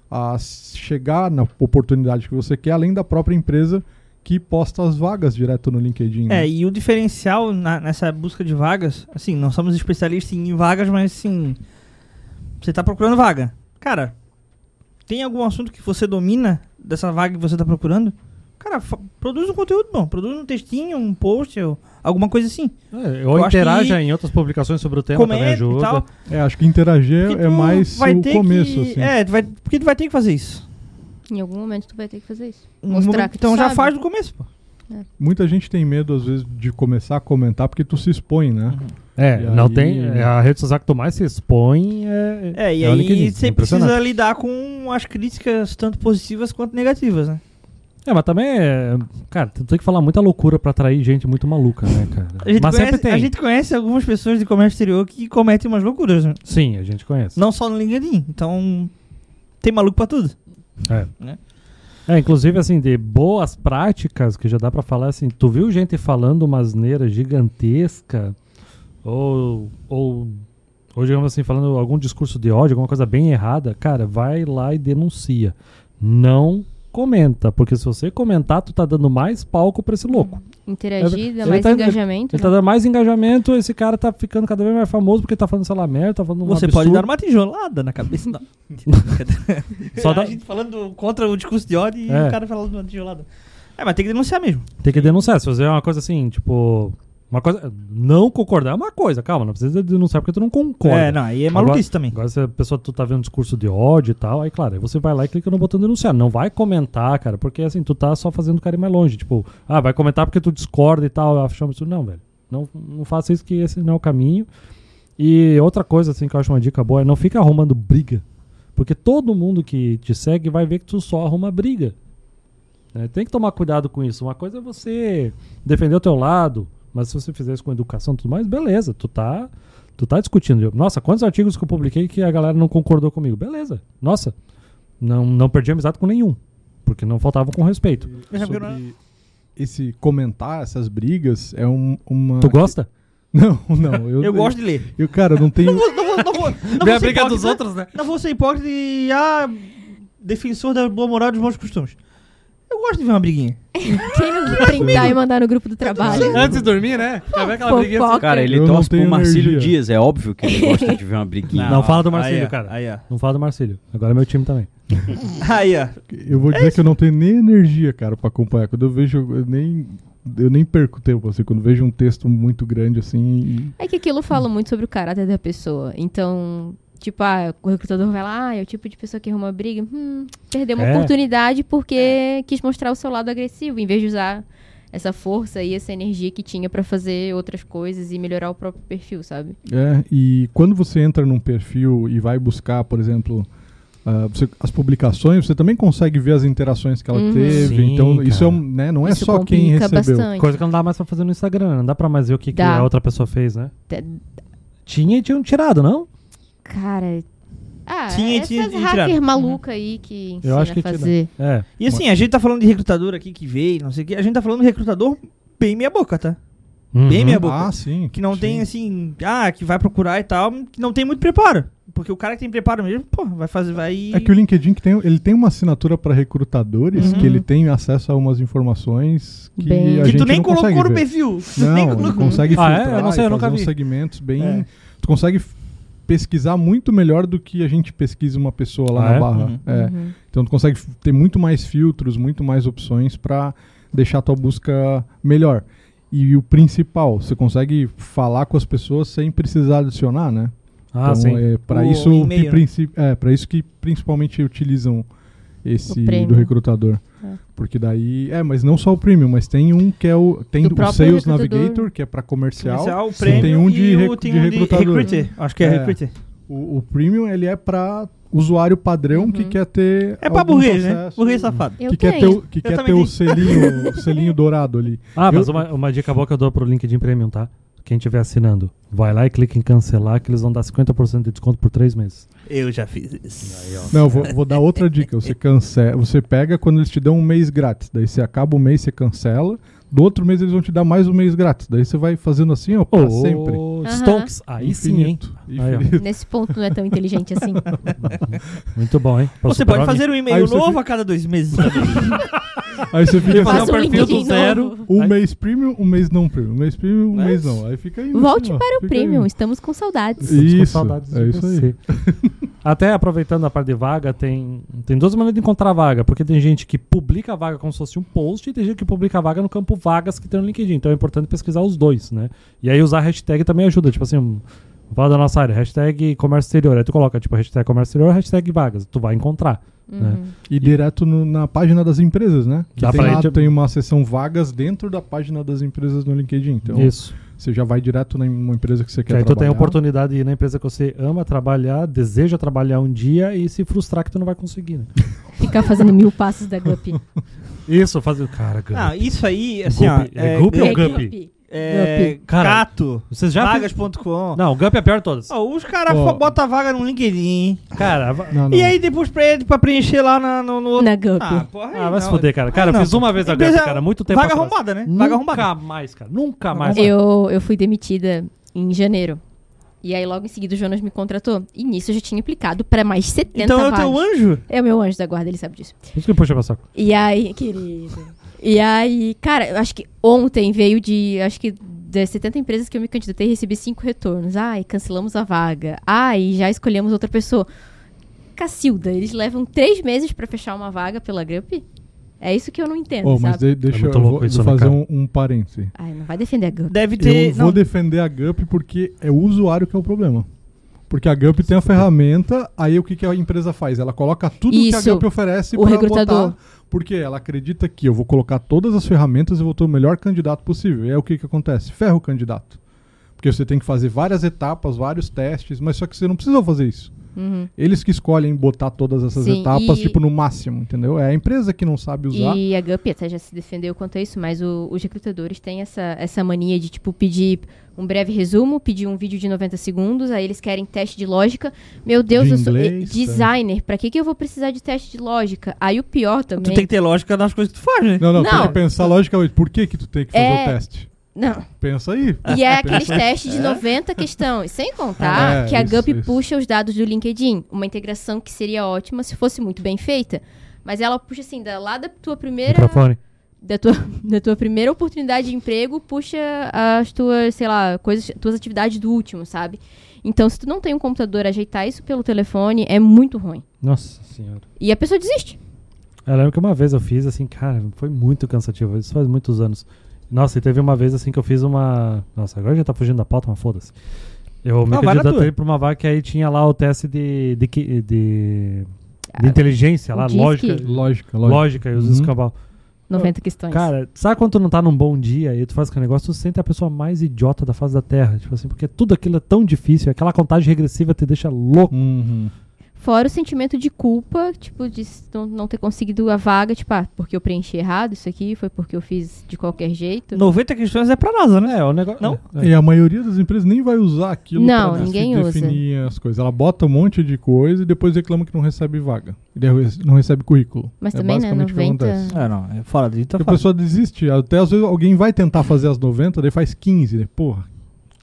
a s- chegar na oportunidade que você quer, além da própria empresa que posta as vagas direto no LinkedIn. né? É, e o diferencial na- nessa busca de vagas, assim, não somos especialistas em vagas, mas assim, você tá procurando vaga. Cara, tem algum assunto que você domina dessa vaga que você tá procurando? Cara, fa- produz um conteúdo bom, produz um textinho, um post, ou alguma coisa assim. É, ou Eu acho interaja que- em outras publicações sobre o tema, também Comenta e ajuda. tal. É, acho que interagir porque é tu mais vai o ter começo, que, assim. É, tu vai, porque tu vai ter que fazer isso. Em algum momento tu vai ter que fazer isso. No Mostrar momento- que tu então já sabe. faz do começo, pô. Muita gente tem medo, às vezes, de começar a comentar porque tu se expõe, né? É, E não aí- tem. é, A rede social que tu mais se expõe é. É, e o aí LinkedIn, você impressionante. precisa lidar com as críticas tanto positivas quanto negativas, né? É, mas também é. Cara, tu tem que falar muita loucura pra atrair gente muito maluca, né, cara? A gente, mas conhece, sempre tem. a gente conhece algumas pessoas de comércio exterior que cometem umas loucuras, né? Sim, a gente conhece. Não só no LinkedIn. Então, tem maluco pra tudo. É, inclusive, assim, de boas práticas, que já dá pra falar assim, tu viu gente falando uma asneira gigantesca, ou, ou, ou digamos assim, falando algum discurso de ódio, alguma coisa bem errada, cara, vai lá e denuncia. Não comenta, porque se você comentar, tu tá dando mais palco pra esse louco. Hum, Interagir, dá Ele mais tá- engajamento. Ele tá né? dando mais engajamento, esse cara tá ficando cada vez mais famoso porque tá falando, sei lá, merda, tá falando um Você pode dar uma tijolada na cabeça. Não. Só dá- A gente falando contra o discurso de ódio e É. o cara falando uma tijolada. É, mas tem que denunciar mesmo. Tem que denunciar. Se fazer uma coisa assim, tipo. Uma coisa. Não concordar é uma coisa, calma. Não precisa denunciar porque tu não concorda. É, não, aí é maluquice também. Agora, se a pessoa tu tá vendo um discurso de ódio e tal, aí claro, aí você vai lá e clica no botão denunciar. Não vai comentar, cara, porque assim, tu tá só fazendo o cara ir mais longe. Tipo, ah, vai comentar porque tu discorda e tal. Eu chamo isso. Não, velho. Não, não faça isso que esse não é o caminho. E outra coisa, assim, que eu acho uma dica boa é não fica arrumando briga. Porque todo mundo que te segue vai ver que tu só arruma briga. né? Tem que tomar cuidado com isso. Uma coisa é você defender o teu lado, mas se você fizer isso com educação e tudo mais, beleza, tu tá, tu tá discutindo. Eu- Nossa, quantos artigos que eu publiquei que a galera não concordou comigo? Beleza, nossa, não, não perdi amizade com nenhum, porque não faltavam com respeito. Mas é porque Sobre esse comentar, essas brigas, é um, uma... Tu gosta? Não, não. Eu, Eu gosto de ler. Eu, cara, eu não tenho... Não, vou- não vou- não vou ser hipócrita. né? Não vou ser hipócrita e ah, defensor da boa moral e dos bons costumes. Eu gosto de ver uma briguinha. Quem não quer printar e mandar no grupo do trabalho? Antes de dormir, né? Fofoca. Cara, ele Eu não torce pro tenho Marcílio energia. Dias, é óbvio que ele gosta de ver uma briguinha. Não, fala do Marcílio, aí, ó, cara. Aí, ó. Não fala do Marcílio. Agora é meu time também. Aí, ó. Eu vou dizer que eu não tenho nem energia, cara, pra acompanhar. Quando eu vejo, eu nem, eu nem perco tempo, assim. Quando eu vejo um texto muito grande, assim... É que aquilo fala muito sobre o caráter da pessoa. Então, tipo, ah, o recrutador vai lá, ah, é o tipo de pessoa que arruma briga. Hum, perdeu uma É. oportunidade porque quis mostrar o seu lado agressivo, em vez de usar essa força e essa energia que tinha pra fazer outras coisas e melhorar o próprio perfil, sabe? É, e quando você entra num perfil e vai buscar, por exemplo, ah, você- as publicações, você também consegue ver as interações que ela Uhum. teve. Sim, então, isso é cara. um, né, não é Isso só quem complica recebeu. Bastante. Coisa que não dá mais pra fazer no Instagram, né? não dá pra mais ver o que, que Dá. a outra pessoa fez, né? Tá- Tinha e tinham tirado, não? Cara. Uhum. Ah, Tinha- essas tinha- tinha hacker tirado. maluca aí que ensina acho que a tinha- fazer. É. E assim, a gente tá falando de recrutador aqui que veio, não sei o que. A gente tá falando de recrutador bem meia boca, tá? Bem Uhum. minha boca. Ah, sim. Que não sim. tem assim, ah, que vai procurar e tal, que não tem muito preparo. Porque o cara que tem preparo mesmo, pô, vai fazer, vai. É que o LinkedIn que tem, ele tem uma assinatura para recrutadores Uhum. que ele tem acesso a umas informações que Bem- a Que gente tu nem não colocou consegue ver. no perfil. Tu nem Não, ele colocou. consegue Ah, é? filtrar Eu não sei, e eu nunca fazer uns vi. segmentos bem... É. Tu consegue f- pesquisar muito melhor do que a gente pesquisa uma pessoa lá Ah, na é? barra. Uhum. É. Uhum. Então tu consegue f- ter muito mais filtros, muito mais opções para deixar a tua busca melhor. E o principal, você consegue falar com as pessoas sem precisar adicionar, né? Ah, então, sim. É, para O isso e-mail, que né? princi- é, para isso que principalmente utilizam esse O premium. do recrutador. É. Porque daí, é, mas não só o premium, mas tem um que é o tem Do o próprio Sales recrutador. Navigator, que é para comercial. Comercial, o Sim. prêmio Tem um de e o, recu- tem de um de recrutador. recruiter. Acho que é, É. recruiter. O, o premium ele é para usuário padrão que Uhum. quer ter É pra algum burguês, né? processo- Burguês safado. Eu que tenho. quer ter o, que quer também ter o tenho. selinho, o selinho dourado ali. Ah, mas Eu- uma, uma dica boa que eu dou pro LinkedIn Premium, tá? Quem estiver assinando, vai lá e clica em cancelar que eles vão dar 50% de desconto por três meses. Eu já fiz isso. Não, eu vou, vou dar outra dica. Você cancela, você pega quando eles te dão um mês grátis. Daí você acaba o mês, você cancela. Do outro mês eles vão te dar mais um mês grátis. Daí você vai fazendo assim, ó, pra sempre. Ô, Stonks, aí Infinito, sim, hein? Aí, ó. infinito. Nesse ponto não é tão inteligente assim. Muito bom, hein? Pra Você superar pode o fazer um Aí e-mail você novo fica- a cada dois meses. Aí você fica assim, Fazer um Faça o perfil do LinkedIn zero. novo. um Aí- mês premium, um mês não premium. Um mês premium, um é Mas- mês não. Aí fica indo. Volte assim, ó, para o fica premium, indo. estamos com saudades. Estamos com Isso, saudades de é isso aí. você. Até aproveitando a parte de vaga, tem, tem duas maneiras de encontrar vaga. Porque tem gente que publica a vaga como se fosse um post e tem gente que publica a vaga no campo vagas que tem no LinkedIn. Então é importante pesquisar os dois, né? E aí usar a hashtag também ajuda. Tipo assim, um- fala da nossa área, hashtag comércio exterior. Aí tu coloca, tipo, hashtag comércio exterior, hashtag vagas. Tu vai encontrar. Uhum. Né? E direto no- na página das empresas, né? Que Dá tem, pra lá- gente- tem uma seção vagas dentro da página das empresas no LinkedIn. Então, Isso. você já vai direto na- numa empresa que você Que quer aí tu tem a trabalhar. oportunidade de ir na empresa que você ama trabalhar, deseja trabalhar um dia e se frustrar que tu não vai conseguir, né? Ficar fazendo mil passos da Guppy. Isso, fazer. Cara, Não, cara. isso aí, assim, Guppy. ó. É Guppy ou é- Guppy? É, Guppy. Cara, Cato, Vocês já. vagas.com. Não, o Gump é pior de todas. Ó, os caras Ó. fo- botam a vaga no LinkedIn. Cara, va- Não, não. E aí depois pra ele pra preencher lá na- no, no Na Guppy. Ah, porra. aí Ah, vai se não. fuder, cara. Cara, Ah, eu não. fiz uma vez a Empresa- Gump, cara, muito tempo Vaga atrás. arrombada, né? Vaga arrombada. Nunca mais, cara. Nunca mais. Eu, eu fui demitida em janeiro. E aí, logo em seguida, o Jonas me contratou. E nisso eu já tinha aplicado pra mais 70 Então é o vagas. teu anjo? É o meu anjo da guarda, ele sabe disso. Por isso que puxa meu saco. E aí, querido. E aí, cara, eu acho que ontem veio de. Acho que das 70 empresas que eu me candidatei, recebi cinco retornos. Ai, cancelamos a vaga. Ai, já escolhemos outra pessoa. Cacilda, eles levam três meses pra fechar uma vaga pela Gup? É isso que eu não entendo, Oh, mas sabe? de- deixa eu, muito louco vou, isso, vou né, fazer cara? um, um parêntese. Ai, não vai defender a Gup. Deve ter. Eu vou não. defender a GUP porque é o usuário que é o problema. Porque a GUP tem a ferramenta, aí o que, que a empresa faz? Ela coloca tudo que Isso. a GUP oferece O pra recrutador. botar, porque ela acredita que eu vou colocar todas as ferramentas e vou ter o melhor candidato possível. E aí o que, que acontece? Ferra o candidato. Porque você tem que fazer várias etapas, vários testes, mas só que você não precisa fazer isso. Uhum. Eles que escolhem botar todas essas Sim, etapas, e- tipo, no máximo, entendeu? É a empresa que não sabe usar. E a Gup até já se defendeu quanto a isso, mas o- os recrutadores têm essa, essa mania de, tipo, pedir um breve resumo, pedir um vídeo de 90 segundos, aí eles querem teste de lógica. Meu Deus, De eu sou e- inglês, tá? designer, pra que, que eu vou precisar de teste de lógica? Aí o pior Tu também... tem que ter lógica nas coisas que tu faz, né? Não, não, tem Não. que pensar logicamente. Por que, que tu tem que fazer É. o teste? Não, Pensa aí. e é aqueles testes de 90 questões, sem contar É, que a isso, Gup isso. puxa os dados do LinkedIn, uma integração que seria ótima se fosse muito bem feita. Mas ela puxa assim, da, lá da tua primeira Microfone. da tua, da tua primeira oportunidade de emprego, puxa as tuas, sei lá, coisas, tuas atividades do último, sabe? Então, se tu não tem um computador, ajeitar isso pelo telefone é muito ruim. Nossa senhora. E a pessoa desiste. Eu lembro que uma vez eu fiz, assim, cara, foi muito cansativo. Isso faz muitos anos. Nossa, e teve uma vez, assim, que eu fiz uma. Nossa, agora já tá fugindo da pauta, mas foda-se. Eu me Não, vai na candidatei tua. pra uma vaga que aí tinha lá o teste de. de, que- de, Ah, de inteligência lá, diz lógica. que- Lógica, lógica. Lógica e os Uhum. escambau. 90 questões. Cara, sabe quando tu não tá num bom dia e tu faz aquele negócio, tu sente a pessoa mais idiota da face da Terra. Tipo assim, porque tudo aquilo é tão difícil, aquela contagem regressiva te deixa louco. Uhum. Fora o sentimento de culpa, tipo, de s- não, não ter conseguido a vaga, tipo, ah, porque eu preenchi errado isso aqui, foi porque eu fiz de qualquer jeito. 90 questões é pra NASA, né? É, o negócio. Não? É, E a maioria das empresas nem vai usar aquilo Não, pra ninguém se usa. definir as coisas. Ela bota um monte de coisa e depois reclama que não recebe vaga. E daí Não recebe currículo. Mas É também, né, basicamente o que 90... acontece. É, não, é fora disso, tá Porque a fora. pessoa desiste. Até às vezes alguém vai tentar fazer as 90, daí faz 15, né? Porra,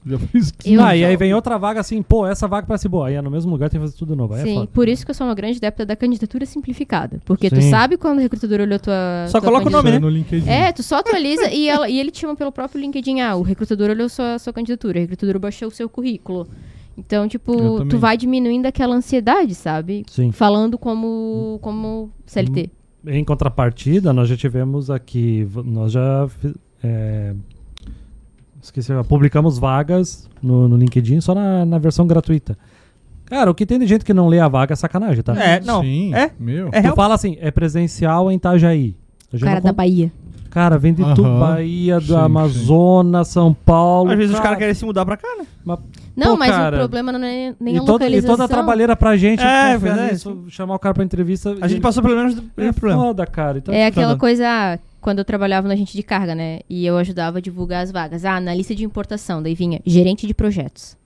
já fiz 15. Eu Ah, e sou- aí vem outra vaga assim, pô, essa vaga parece boa. Aí é no mesmo lugar, tem que fazer tudo de novo. Aí é Sim, foda. por isso que eu sou uma grande adepta da candidatura simplificada. Porque tu Sim. sabe quando o recrutador olhou tua. Só tua coloca o candidatura. nome, né? no LinkedIn. É, tu só atualiza e, ela, e ele te chama pelo próprio LinkedIn. Ah, o recrutador olhou sua, sua candidatura, o recrutador baixou o seu currículo. Então, Eu tipo, tu também. vai diminuindo aquela ansiedade, sabe? Sim. Hum, Falando como, como CLT. Em contrapartida, nós já tivemos aqui, v- nós já fi- é, esqueci, agora, publicamos vagas no, no LinkedIn só na, na versão gratuita. Cara, o que tem de gente que não lê a vaga é sacanagem, tá? É, não. Sim, É? meu. É Tu real. fala assim, é presencial em Itajaí. Eu O já cara não da con- Bahia. Cara, vem de Aham. tu, Bahia, do Sim, Amazonas, São Paulo. Às vezes os caras querem se mudar pra cá, né? mas- Não, Pô, mas cara, o problema não é nem e, a toda, e localização. toda a trabalheira pra gente, É, confiar verdade. nisso, chamar o cara pra entrevista. A gente e- passou né? pelo menos do É primeiro problema. foda, cara. Então, É tá aquela dando. coisa, ah, quando eu trabalhava no agente de carga, né? E eu ajudava a divulgar as vagas. Ah, na lista de importação, daí vinha gerente de projetos.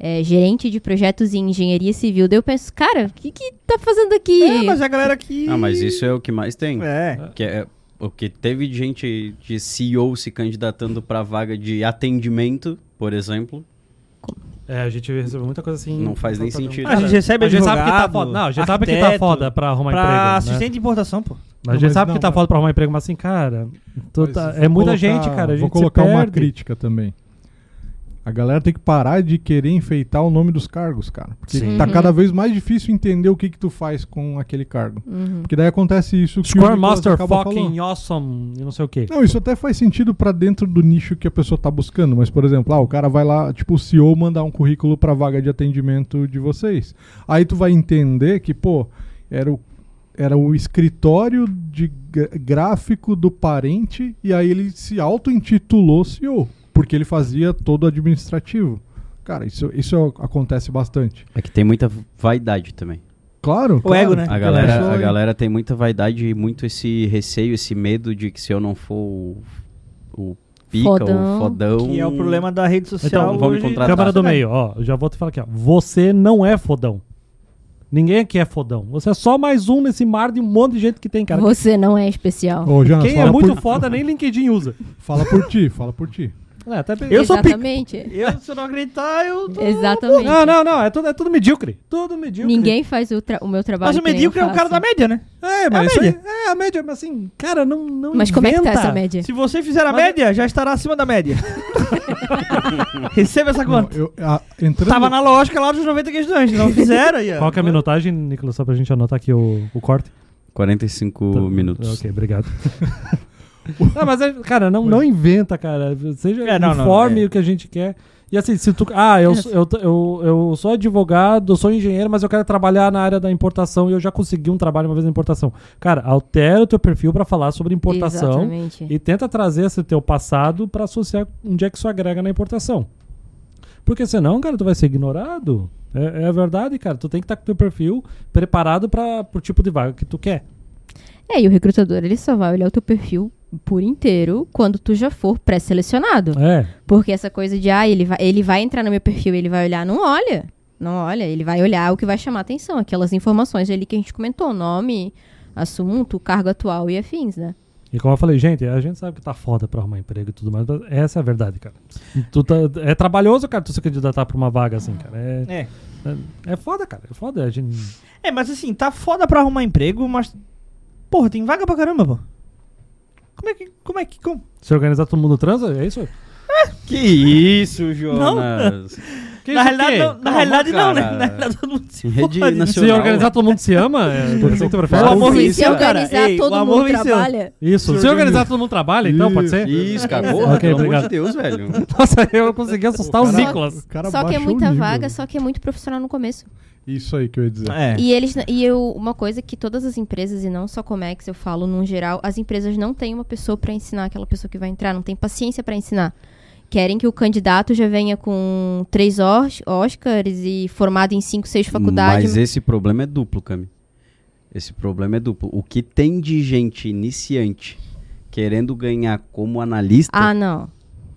É, gerente de projetos em engenharia civil. Daí eu penso, cara, o que que tá fazendo aqui? É, mas é a galera que... Ah, mas isso é o que mais tem. É. Que é, porque teve gente de CEO se candidatando pra vaga de atendimento, por exemplo. É, a gente recebeu muita coisa assim. Não faz nem tá pra fazer um- sentido. A gente recebe A gente sabe que tá advogado, foda. Não, a gente sabe que tá arquiteto, foda pra arrumar Pra emprego. Né? assistente de importação, pô. Mas a Não, gente mas sabe não, que tá mas- foda pra arrumar emprego, mas assim, cara. tu Mas tá- vou é muita colocar- gente, cara. A gente Vou se colocar uma perde. crítica também. A galera tem que parar de querer enfeitar o nome dos cargos, cara. Porque Sim. tá Uhum. cada vez mais difícil entender o que que tu faz com aquele cargo. Uhum. Porque daí acontece isso que o Square Nicolas Master fucking um acaba falando. awesome e não sei o quê. Não, isso até faz sentido pra dentro do nicho que a pessoa tá buscando, mas por exemplo, ah, o cara vai lá, tipo, o CEO mandar um currículo pra vaga de atendimento de vocês. Aí tu vai entender que, pô, era o era o escritório de gra- gráfico do parente e aí ele se auto-intitulou CEO, porque ele fazia todo o administrativo. Cara, isso, isso acontece bastante. É que tem muita vaidade também. Claro. O ego, né? A pessoa galera, a É, aí- galera tem muita vaidade e muito esse receio, esse medo de que se eu não for o, o pica, Fodão. o fodão. Que é o problema da rede social Então, Um- vamos hoje. encontrar- Câmara do É. meio, ó. Eu já vou te falar aqui, ó. Você não é fodão. Ninguém aqui é fodão. Você é só mais um nesse mar de um monte de gente que tem, cara. Você não é especial. Ô, Jonas, Quem é fala muito por- foda nem LinkedIn usa. Fala por ti, fala por ti. É, até bem- Eu sou pica. Exatamente. Eu, se eu não acreditar, eu tô... Exatamente. Não, não, não. É tudo, é tudo medíocre. Tudo medíocre. Ninguém faz o, tra- o meu trabalho. Mas o que nem eu medíocre é o cara da faço. média, né? É, a mas isso aí- média. é a média, mas assim, cara, não não Mas como é que tá inventa. essa média? Se você fizer a Mas- média, já estará acima da média. Receba essa Não, conta. eu, a- entrando, Tava na lógica lá dos 90 questões, não fizeram. aí, ó. Qual que é a minutagem, Nicolas, só pra gente anotar aqui o, o corte? 45 Tá, minutos. Tá. Ok, obrigado. não, mas, é- cara, não, não inventa, cara. Seja É, não, não, informe é. o que a gente quer. E assim, se tu. Ah, eu, sou- eu, eu, eu sou advogado, eu sou engenheiro, mas eu quero trabalhar na área da importação e eu já consegui um trabalho uma vez na importação. Cara, altera o teu perfil pra falar sobre importação Exatamente. E tenta trazer esse teu passado pra associar onde é que isso agrega na importação. Porque senão, cara, tu vai ser ignorado. É, é a verdade, cara. Tu tem que estar com o teu perfil preparado para pro tipo de vaga que tu quer. É, e o recrutador, ele só vai olhar o teu perfil por inteiro quando tu já for pré-selecionado. É. Porque essa coisa de, ah, ele vai, ele vai entrar no meu perfil, ele vai olhar, não olha. Não olha, ele vai olhar o que vai chamar atenção, aquelas informações ali que a gente comentou, nome, assunto, cargo atual e afins, né? E como eu falei, gente, a gente sabe que tá foda pra arrumar emprego e tudo mais, mas essa é a verdade, cara. Tu tá- é trabalhoso, cara, tu se candidatar pra uma vaga assim, cara. É, É. é foda, cara. É foda. A gente... É, mas assim, tá foda pra arrumar emprego, mas. Porra, tem vaga pra caramba, pô. Como é que. Como é que. Como? Se organizar todo mundo transa, é isso? Que isso, Jonas? Que na isso o realidade, quê? não, na Calma, realidade não, né? cara. Na realidade, todo mundo se Rede fode, né? nacional. Se organizar todo mundo se ama, é assim que tu prefere? O amor Se- se venceu, cara. organizar, Ei, todo o amor mundo venceu. trabalha. Isso. Se organizar todo mundo trabalha, então pode ser? Isso, cara. Exato. Porra, Ok, pelo amor obrigado. de Deus, velho. Nossa, eu consegui assustar o Só- Nicolas. o cara só que é baixou o muita nível. vaga, só que é muito profissional no começo. Isso aí que eu ia dizer. É. E eles e eu, uma coisa que todas as empresas e não só Comex, eu falo num geral, as empresas não têm uma pessoa pra ensinar aquela pessoa que vai entrar, não tem paciência pra ensinar. Querem que o candidato já venha com três Os- Oscars e formado em cinco, seis faculdades. Mas esse problema é duplo, Cami. Esse problema é duplo. O que tem de gente iniciante querendo ganhar como analista, Ah, não.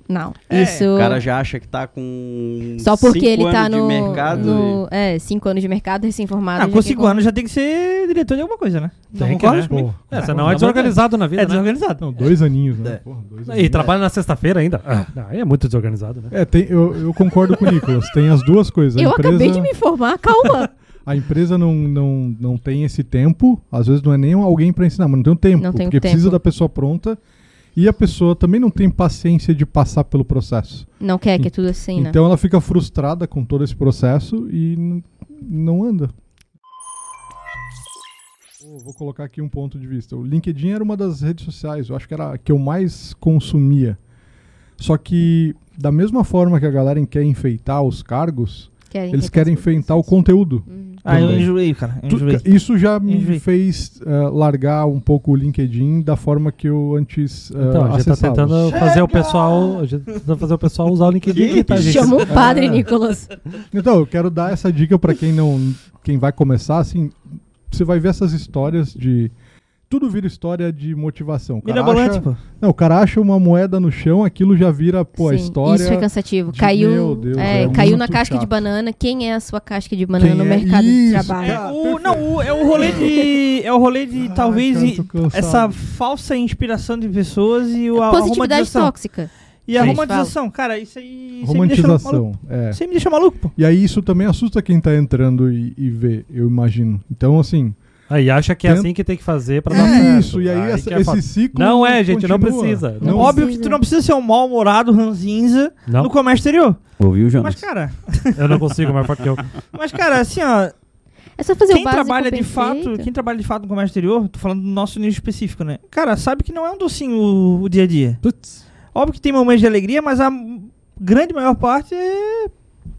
Não. É, Isso. o cara já acha que tá com Só porque cinco ele tá anos no, de mercado. no- É, cinco anos de mercado, recém-formado. Ah, já com quer cinco anos já tem que ser diretor de alguma coisa, né? Não Tem que, concordas né? comigo? É, senão é desorganizado na vida, É né? desorganizado. Não, dois aninhos, né? É. Porra, dois E aninhos. trabalha na sexta-feira ainda. Ah, aí é muito desorganizado, né? É, tem, eu, eu concordo com o Nicolas. Tem as duas coisas. A Eu empresa, acabei de me informar, calma. A empresa não, não, não tem esse tempo. Às vezes não é nem alguém para ensinar, mas não tem o tempo. Não tem o porque tempo. precisa da pessoa pronta. E a pessoa também não tem paciência de passar pelo processo. Não quer que é tudo assim, né? então ela fica frustrada com todo esse processo e n- não anda. Pô, Vou colocar aqui um ponto de vista. O LinkedIn era uma das redes sociais, eu acho que era a que eu mais consumia. Só que, da mesma forma que a galera quer enfeitar os cargos, Querem eles que tenha querem tudo assim. enfeitar o conteúdo. Uhum. Ah, eu Também. enjoei, cara. Eu Tu- enjoei. isso já me Enjoei. fez eh, largar um pouco o LinkedIn da forma que eu antes eh, Então, a gente tá acessava. tentando fazer o pessoal. A gente tá tentando fazer o pessoal usar o LinkedIn aqui, tá, gente? Chamou o um padre, Nicolas. Então, eu quero dar essa dica pra quem não, quem vai começar, assim, você vai ver essas histórias de tudo vira história de motivação. O cara Mirabolante, acha- é pô. Não, o cara acha uma moeda no chão, aquilo já vira, pô, a Sim, história. Isso é cansativo. de- caiu Meu Deus, é, é caiu muito na casca de chato. banana. Quem é a sua casca de banana Quem no é? mercado Isso, de trabalho? cara. Ah, O- não, o- é o rolê de. É o rolê de Ai, talvez cara, e- tô cansado. essa falsa inspiração de pessoas e É o, a É Positividade romantização. tóxica. E a Sim. romantização, cara, isso aí. isso aí me deixa maluco. romantização. É. Isso aí me deixa maluco, pô. E aí isso também assusta quem tá entrando e, e vê, eu imagino. Então, assim, Aí acha que é Tenta- assim que tem que fazer pra dar é certo. isso. E aí, essa- que é foda. esse ciclo. Não é, gente, não continua. precisa. Não, Óbvio precisa. que tu não precisa ser um mal-humorado ranzinza Não, no comércio exterior. Ouviu, Mas, Jonas? cara, eu não consigo, mais forte que eu. mas, cara, assim, ó, É só fazer quem o básico trabalha de perfeito. fato, quem trabalha de fato no comércio exterior, tô falando do nosso nicho específico, né? Cara, sabe que não é um docinho o, o dia a dia. Putz. Óbvio que tem momentos de alegria, mas a m- grande maior parte é.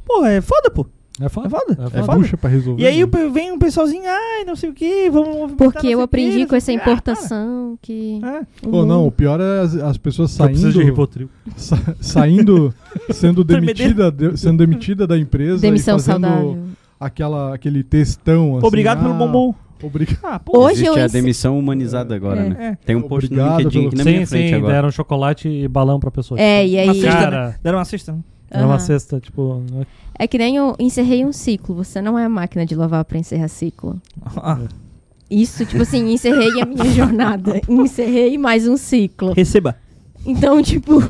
Pô, é foda, pô. É foda. É foda. É É foda. bucha pra resolver. E aí o né? pe- vem um pessoalzinho, ai, não sei o que, vamos movimentar Porque eu não sei o quê, aprendi não com sei essa o quê. Ah, importação que. cara, é. o Pô, não, o mundo- pior é as, as pessoas Eu preciso de saindo, Ribotril. sa- saindo sendo demitida, de- sendo demitida da empresa Demissão e fazendo saudável. aquela aquele textão assim. Obrigado pelo ah, bombom. Obrigado. Ah, pô. Hoje Existe eu a ensi- demissão humanizada agora, É. né? É. Tem um post Obrigado no LinkedIn pelo- aqui na sim, minha frente sim, agora. deram chocolate e balão pra pessoa. É, e Uma aí. cesta, Cara, Deram uma cesta. né? era uma Aham. cesta, tipo. É que nem eu encerrei um ciclo. Você não é a máquina de lavar pra encerrar ciclo. Ah, Isso, tipo assim, encerrei a minha jornada. Encerrei mais um ciclo. receba. Então, tipo.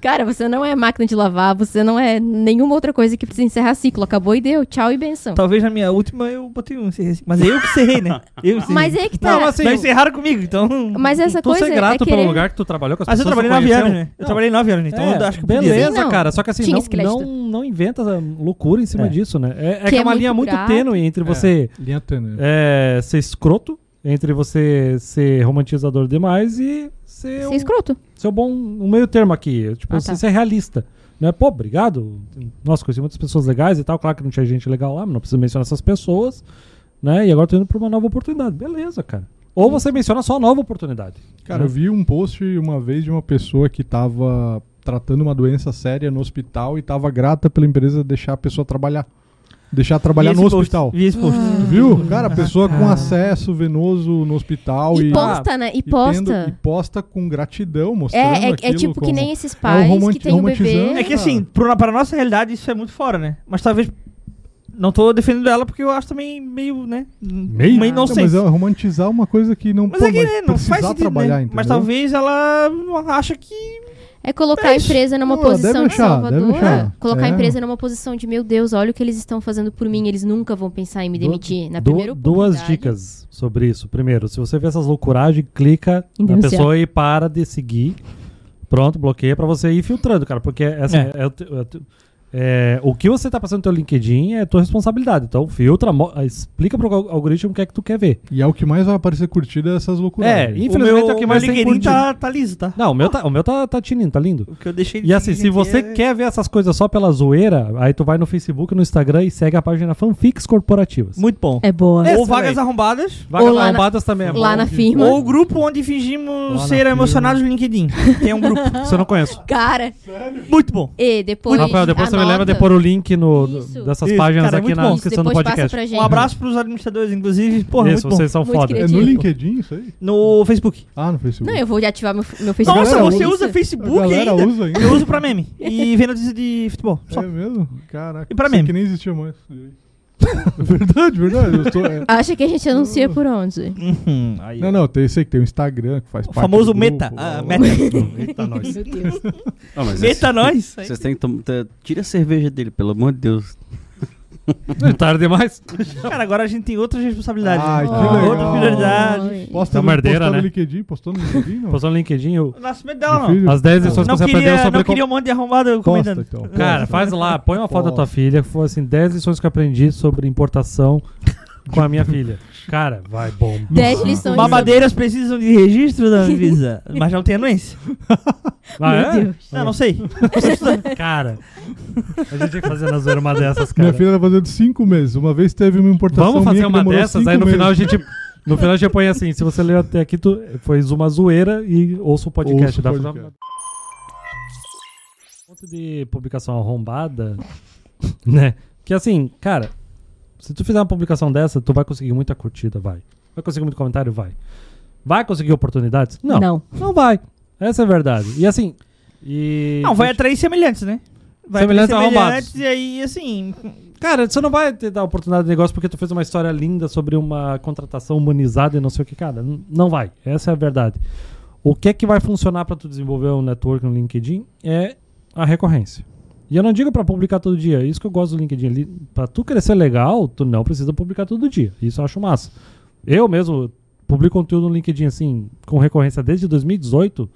Cara, você não é máquina de lavar, você não é nenhuma outra coisa que precisa encerrar ciclo. Acabou e deu. Tchau e benção. Talvez na minha última eu botei um CRC. Mas eu que cerrei, né? Eu que cerrei. Mas é que tá. Não, assim, não encerraram comigo, então. Mas essa Tu coisa. ser grato é pelo querer- lugar que tu trabalhou com as Mas eu pessoas. trabalhei que nove anos, conheceu. né? Eu Não. trabalhei nove anos, né? então É, eu acho que eu podia. beleza, Sim, não. cara. Só que assim, Tinha não, esqueleto. não, não inventa essa loucura em cima É. disso, né? É, é que, Que é é uma muito linha muito grato. tênue entre você Linha tênue. é, ser escroto, entre você ser romantizador demais e ser, Ser um, escroto. ser um bom um meio termo aqui. Tipo, Ah, você tá. ser realista. Né? Pô, obrigado. Nossa, conheci muitas pessoas legais e tal. Claro que não tinha gente legal lá, mas não preciso mencionar essas pessoas. Né? E agora tô indo pra uma nova oportunidade. Beleza, cara. Ou você menciona só a nova oportunidade. Cara, eu vi um post uma vez de uma pessoa que tava tratando uma doença séria no hospital e tava grata pela empresa deixar a pessoa trabalhar. Deixar trabalhar Vi no esse post, Uhum. hospital. Vi esse post. Viu? Cara, a pessoa com cara. acesso venoso no hospital E e, posta, né? E e tendo- e posta. posta com gratidão, mostrando É, é, é aquilo tipo que como- nem esses pais romanti- que tem o romantizando. bebê. É que assim, pro, pra nossa realidade isso é muito fora, né? Mas talvez. Não tô defendendo ela porque eu acho também meio, né? Meio? Ah, Uma Não, Não, inocência. mas é romantizar uma coisa que não Mas pô, é que né, não precisar faz sentido, trabalhar, né? entendeu? Mas talvez ela não acha que... É colocar a empresa numa Pô, posição deve de achar, deve salvador. achar. É, Colocar a É. empresa numa posição de, meu Deus, olha o que eles estão fazendo por mim, eles nunca vão pensar em me Du- demitir. Na du- primeira Duas oportunidade. dicas sobre isso. Primeiro, se você vê essas loucuragens, clica Em na denunciar. pessoa e para de seguir. Pronto, bloqueia pra você ir filtrando, cara. Porque assim, É. é o te- é o te- É, o que você está passando no teu LinkedIn é tua responsabilidade. Então, filtra, mo- explica pro alg- algoritmo o que é que tu quer ver. E é o que mais vai aparecer curtida essas loucuras. É, velho. Infelizmente, o meu, é o que o mais meu tem LinkedIn curtido. tá, tá liso, tá? Não, o meu tá, o meu tá, tá tinindo, tá lindo. O que eu deixei de E assim, se seguir você aqui é- quer ver essas coisas só pela zoeira, aí tu vai no Facebook, no Instagram e segue a página Fanfics Corporativas. Muito bom. É boa. É, Ou Excelente. vagas arrombadas. Vagas Ou lá na- arrombadas também é Lá bom. na firma. Ou o grupo onde Lá fingimos na ser firma. emocionados no LinkedIn. Tem um grupo. Isso eu não conheço. Cara, Muito bom. e depois. Rafael, depois você me anota. leva de pôr o link no, no- Isso. dessas Isso, páginas cara, é aqui muito na bom. Isso, descrição do depois passa podcast. pra gente. Um abraço pros administradores, inclusive. Porra, Isso, muito bom. vocês são Muito foda. criativo. É no LinkedIn isso aí? No Facebook. Ah, no Facebook. Não, eu vou ativar meu, meu Facebook. Nossa, galera usa. você é- usa é Facebook a galera ainda? usa ainda. Eu uso pra meme. E vê notícia de futebol. Só. É mesmo? Caraca. E pra isso mim? Que nem existia mais. É verdade, verdade. Eu sou, é. Acha que a gente anuncia por onde? Uhum, aí, ó. Não, não, tem, sei que tem o Instagram que faz O parte famoso do meta. grupo, Ah, blá, blá, meta. Eita, nós. Meu Deus. Ah, mas Meta nós. Vocês têm que tom- tá- Tira a cerveja dele, pelo amor de Deus. É tarde demais. Cara, agora a gente tem outras responsabilidades. Ai, né? que legal. Outra prioridade. Tá Ai. Posta É uma no, herdeira, postou né? no LinkedIn, postou no LinkedIn, não? Postou no LinkedIn. o- O nascimento dela, não. Difícil. um As 10 lições que Não você aprendeu queria, sobre como- não queria um monte de arrombado Posta, comentando. então. Cara, faz lá, põe uma foto da tua filha. Foi assim, 10 lições que eu aprendi sobre importação com a minha filha. Cara, vai bom. 10 lições. Babadeiras precisam de registro da Anvisa, mas não tem anuência. Ah, é? Meu Deus. Não, não sei. Cara, a gente tinha que fazer na zoeira uma dessas, cara. Minha filha tá fazendo 5 meses. Uma vez teve uma importação Vamos fazer minha que uma demorou dessas, cinco aí no meses. final a gente. No final a gente põe assim, se você leu até aqui, tu, foi uma zoeira e ouça o podcast. Ouça o dá pra- podcast. ponto de publicação arrombada, né? Que assim, cara, se tu fizer uma publicação dessa, tu vai conseguir muita curtida, vai. Vai conseguir muito comentário, vai. Vai conseguir oportunidades? Não. Não, Não. vai. Essa é a verdade. E assim. E... Não, vai atrair semelhantes, né? Vai Semelhantes atrair arrombados. semelhantes e aí, assim... Cara, você não vai te dar oportunidade de negócio porque tu fez uma história linda sobre uma contratação humanizada e não sei o que, cara. n- Não vai. Essa é a verdade. O que é que vai funcionar pra tu desenvolver um network no LinkedIn é a recorrência. E eu não digo pra publicar todo dia. É Isso que eu gosto do LinkedIn. Li- Pra tu crescer legal, tu não precisa publicar todo dia. Isso eu acho massa. Eu mesmo publico conteúdo no LinkedIn assim, com recorrência desde 2018,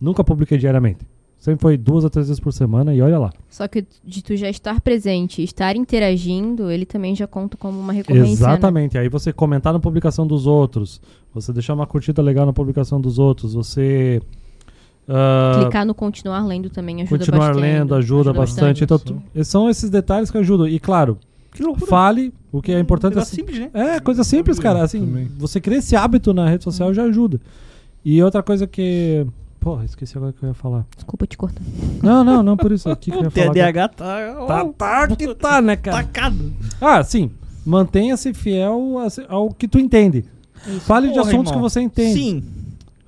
nunca publiquei diariamente. Sempre foi duas a três vezes por semana e olha lá. Só que de tu já estar presente, estar interagindo, ele também já conta como uma recorrência. né? Exatamente. Aí você comentar na publicação dos outros, você deixar uma curtida legal na publicação dos outros, você ah, Né? Clicar no continuar lendo também ajuda continuar bastante. lendo ajuda, bastante. Então, tu- esses são esses detalhes que ajudam. E claro, Que loucura. fale o que é importante. Um assim- negócio simples, né? é, coisa simples, cara. Assim, Também. você cria esse hábito na rede social já ajuda. E outra coisa que. Porra, esqueci agora o que eu ia falar. Desculpa te cortar. Não, não, não por isso. O que, que É, eu ia O falar? agora? TDAH tá... Tá, tá que tá, né, cara? Tacado. Ah, sim. Mantenha-se fiel a- ao que tu entende. Fale de Porra, assuntos irmão. que você entende. Sim.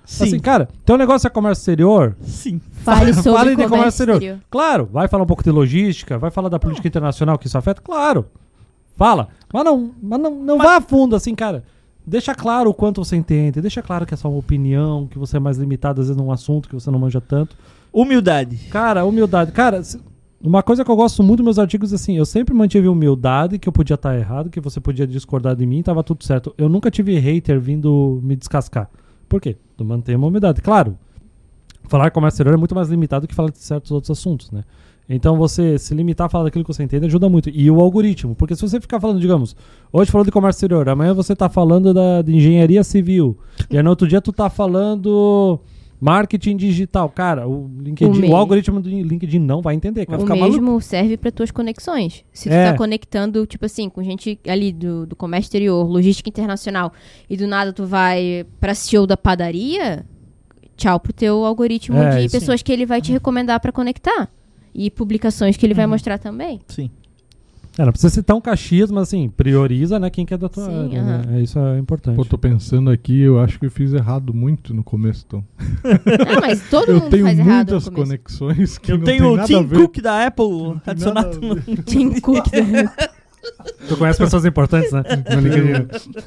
Sim. Assim, cara, teu negócio é comércio exterior? Sim. Fale sobre Fale de comércio comércio exterior. exterior. Claro, vai falar um pouco de logística, vai falar da política internacional que isso afeta? Claro. Fala. Mas não, mas não, não vá a fundo, assim, cara. Deixa claro o quanto você entende, deixa claro que é só uma opinião, que você é mais limitado às vezes num assunto que você não manja tanto. Humildade. Cara, humildade. Cara, se- uma coisa que eu gosto muito dos meus artigos, assim, eu sempre mantive humildade, que eu podia estar errado, que você podia discordar de mim, tava tudo certo. Eu nunca tive hater vindo me descascar. Por quê? Tu mantém uma humildade. Claro, falar comércio exterior é muito mais limitado que falar de certos outros assuntos, né? Então você se limitar a falar daquilo que você entende ajuda muito. E o algoritmo, porque se você ficar falando, digamos, hoje falou de comércio exterior, amanhã você tá falando da, de engenharia civil, e aí no outro dia tu tá falando marketing digital. Cara, o LinkedIn, meio. o algoritmo do LinkedIn não vai entender, cara. Vai O ficar mesmo serve para tuas conexões. Se tu É. tá conectando, tipo assim, com gente ali do, do comércio exterior, logística internacional, e do nada tu vai pra CEO da padaria, tchau pro teu algoritmo É, de isso. pessoas que ele vai te recomendar pra conectar. E publicações que ele Uhum. vai mostrar também. Sim. É, não precisa ser tão caxias, mas assim, prioriza, né, quem quer da tua Sim, área, né? aham. É, Isso é importante. Pô, tô pensando aqui, eu acho que eu fiz errado muito no começo, então. Não, Ah, mas todo eu mundo tenho faz errado no muitas começo. conexões que Eu não tenho tem o nada a Tim ver. Cook da Apple adicionado. nada a ver. Tim Cook. Tu conhece pessoas importantes, né? No LinkedIn.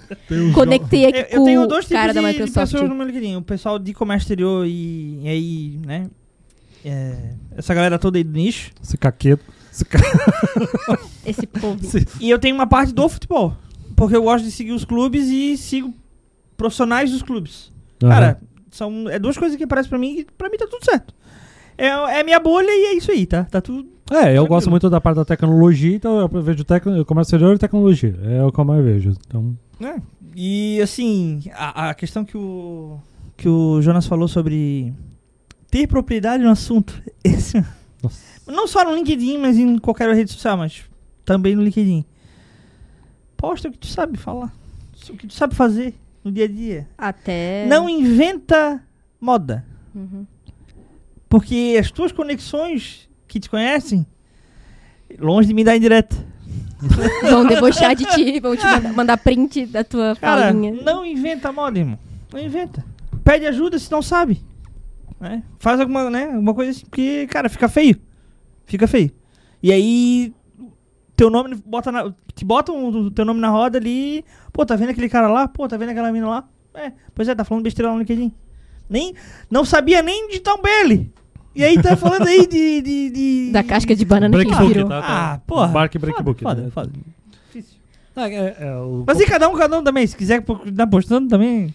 é. Tem um os Conectei aqui Eu, com eu tenho É dois o tipos cara de, da de Microsoft. pessoas no meu LinkedIn. O pessoal de comércio exterior e, e aí, né? é, essa galera toda aí do nicho. Esse caqueto. Esse ca... Esse povo. E eu tenho uma parte do futebol. Porque eu gosto de seguir os clubes e sigo profissionais dos clubes. Cara, são é duas coisas que aparecem pra mim e pra mim tá tudo certo. É, é minha bolha e é isso aí, tá? Tá tudo É, eu gosto muito da parte da tecnologia, então eu vejo tecno, comércio exterior e tecnologia. É o que eu mais vejo. Então, É. E assim, a, a questão que o, que o Jonas falou sobre ter propriedade no assunto. Esse, é um nossa. não só no LinkedIn, mas em qualquer rede social, mas também no LinkedIn. Posta o que tu sabe falar. O que tu sabe fazer no dia a dia. Até. Não inventa moda. Uhum. Porque as tuas conexões que te conhecem, longe de me dar indireta. Vão debochar de ti, vão te mandar, mandar print da tua Cara, falinha. não inventa moda, irmão. Não inventa. Pede ajuda se não sabe. né? Faz alguma, né, alguma coisa assim, porque, cara, fica feio. Fica feio. E aí, teu nome bota na, te botam o teu nome na roda ali. Pô, tá vendo aquele cara lá? Pô, tá vendo aquela mina lá? É, pois é, tá falando besteira lá no LinkedIn. Nem, não sabia nem de Tom Bailey. E aí tá falando aí de... de, de- Da casca de banana que Breakbook, virou. tá? Ah, porra. Bark Breakbook. Foda, né? foda, foda. Difícil. Ah, é, é, o- Mas e cada um, cada um também. Se quiser dar postando também...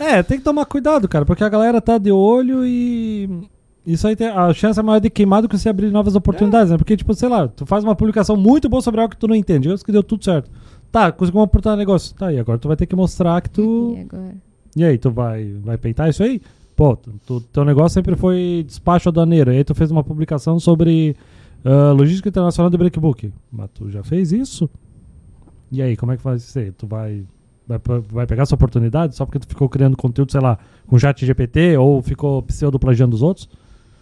É, tem que tomar cuidado, cara, porque a galera tá de olho e. Isso aí tem a chance é maior de queimar do que você abrir novas oportunidades, né? Porque, tipo, sei lá, tu faz uma publicação muito boa sobre algo que tu não entende. Eu acho que deu tudo certo. Tá, conseguiu uma oportunidade de negócio. Tá, e agora tu vai ter que mostrar que tu. E agora? E aí, tu vai, vai peitar isso aí? Pô, tu, tu- teu negócio sempre foi despacho aduaneiro. E aí tu fez uma publicação sobre ah, logística internacional do Breakbook. Mas tu já fez isso? E aí, como é que faz isso aí? Tu vai, vai, pe- vai pegar essa oportunidade só porque tu ficou criando conteúdo, sei lá, com chat GPT ou ficou pseudo-plagiando os outros?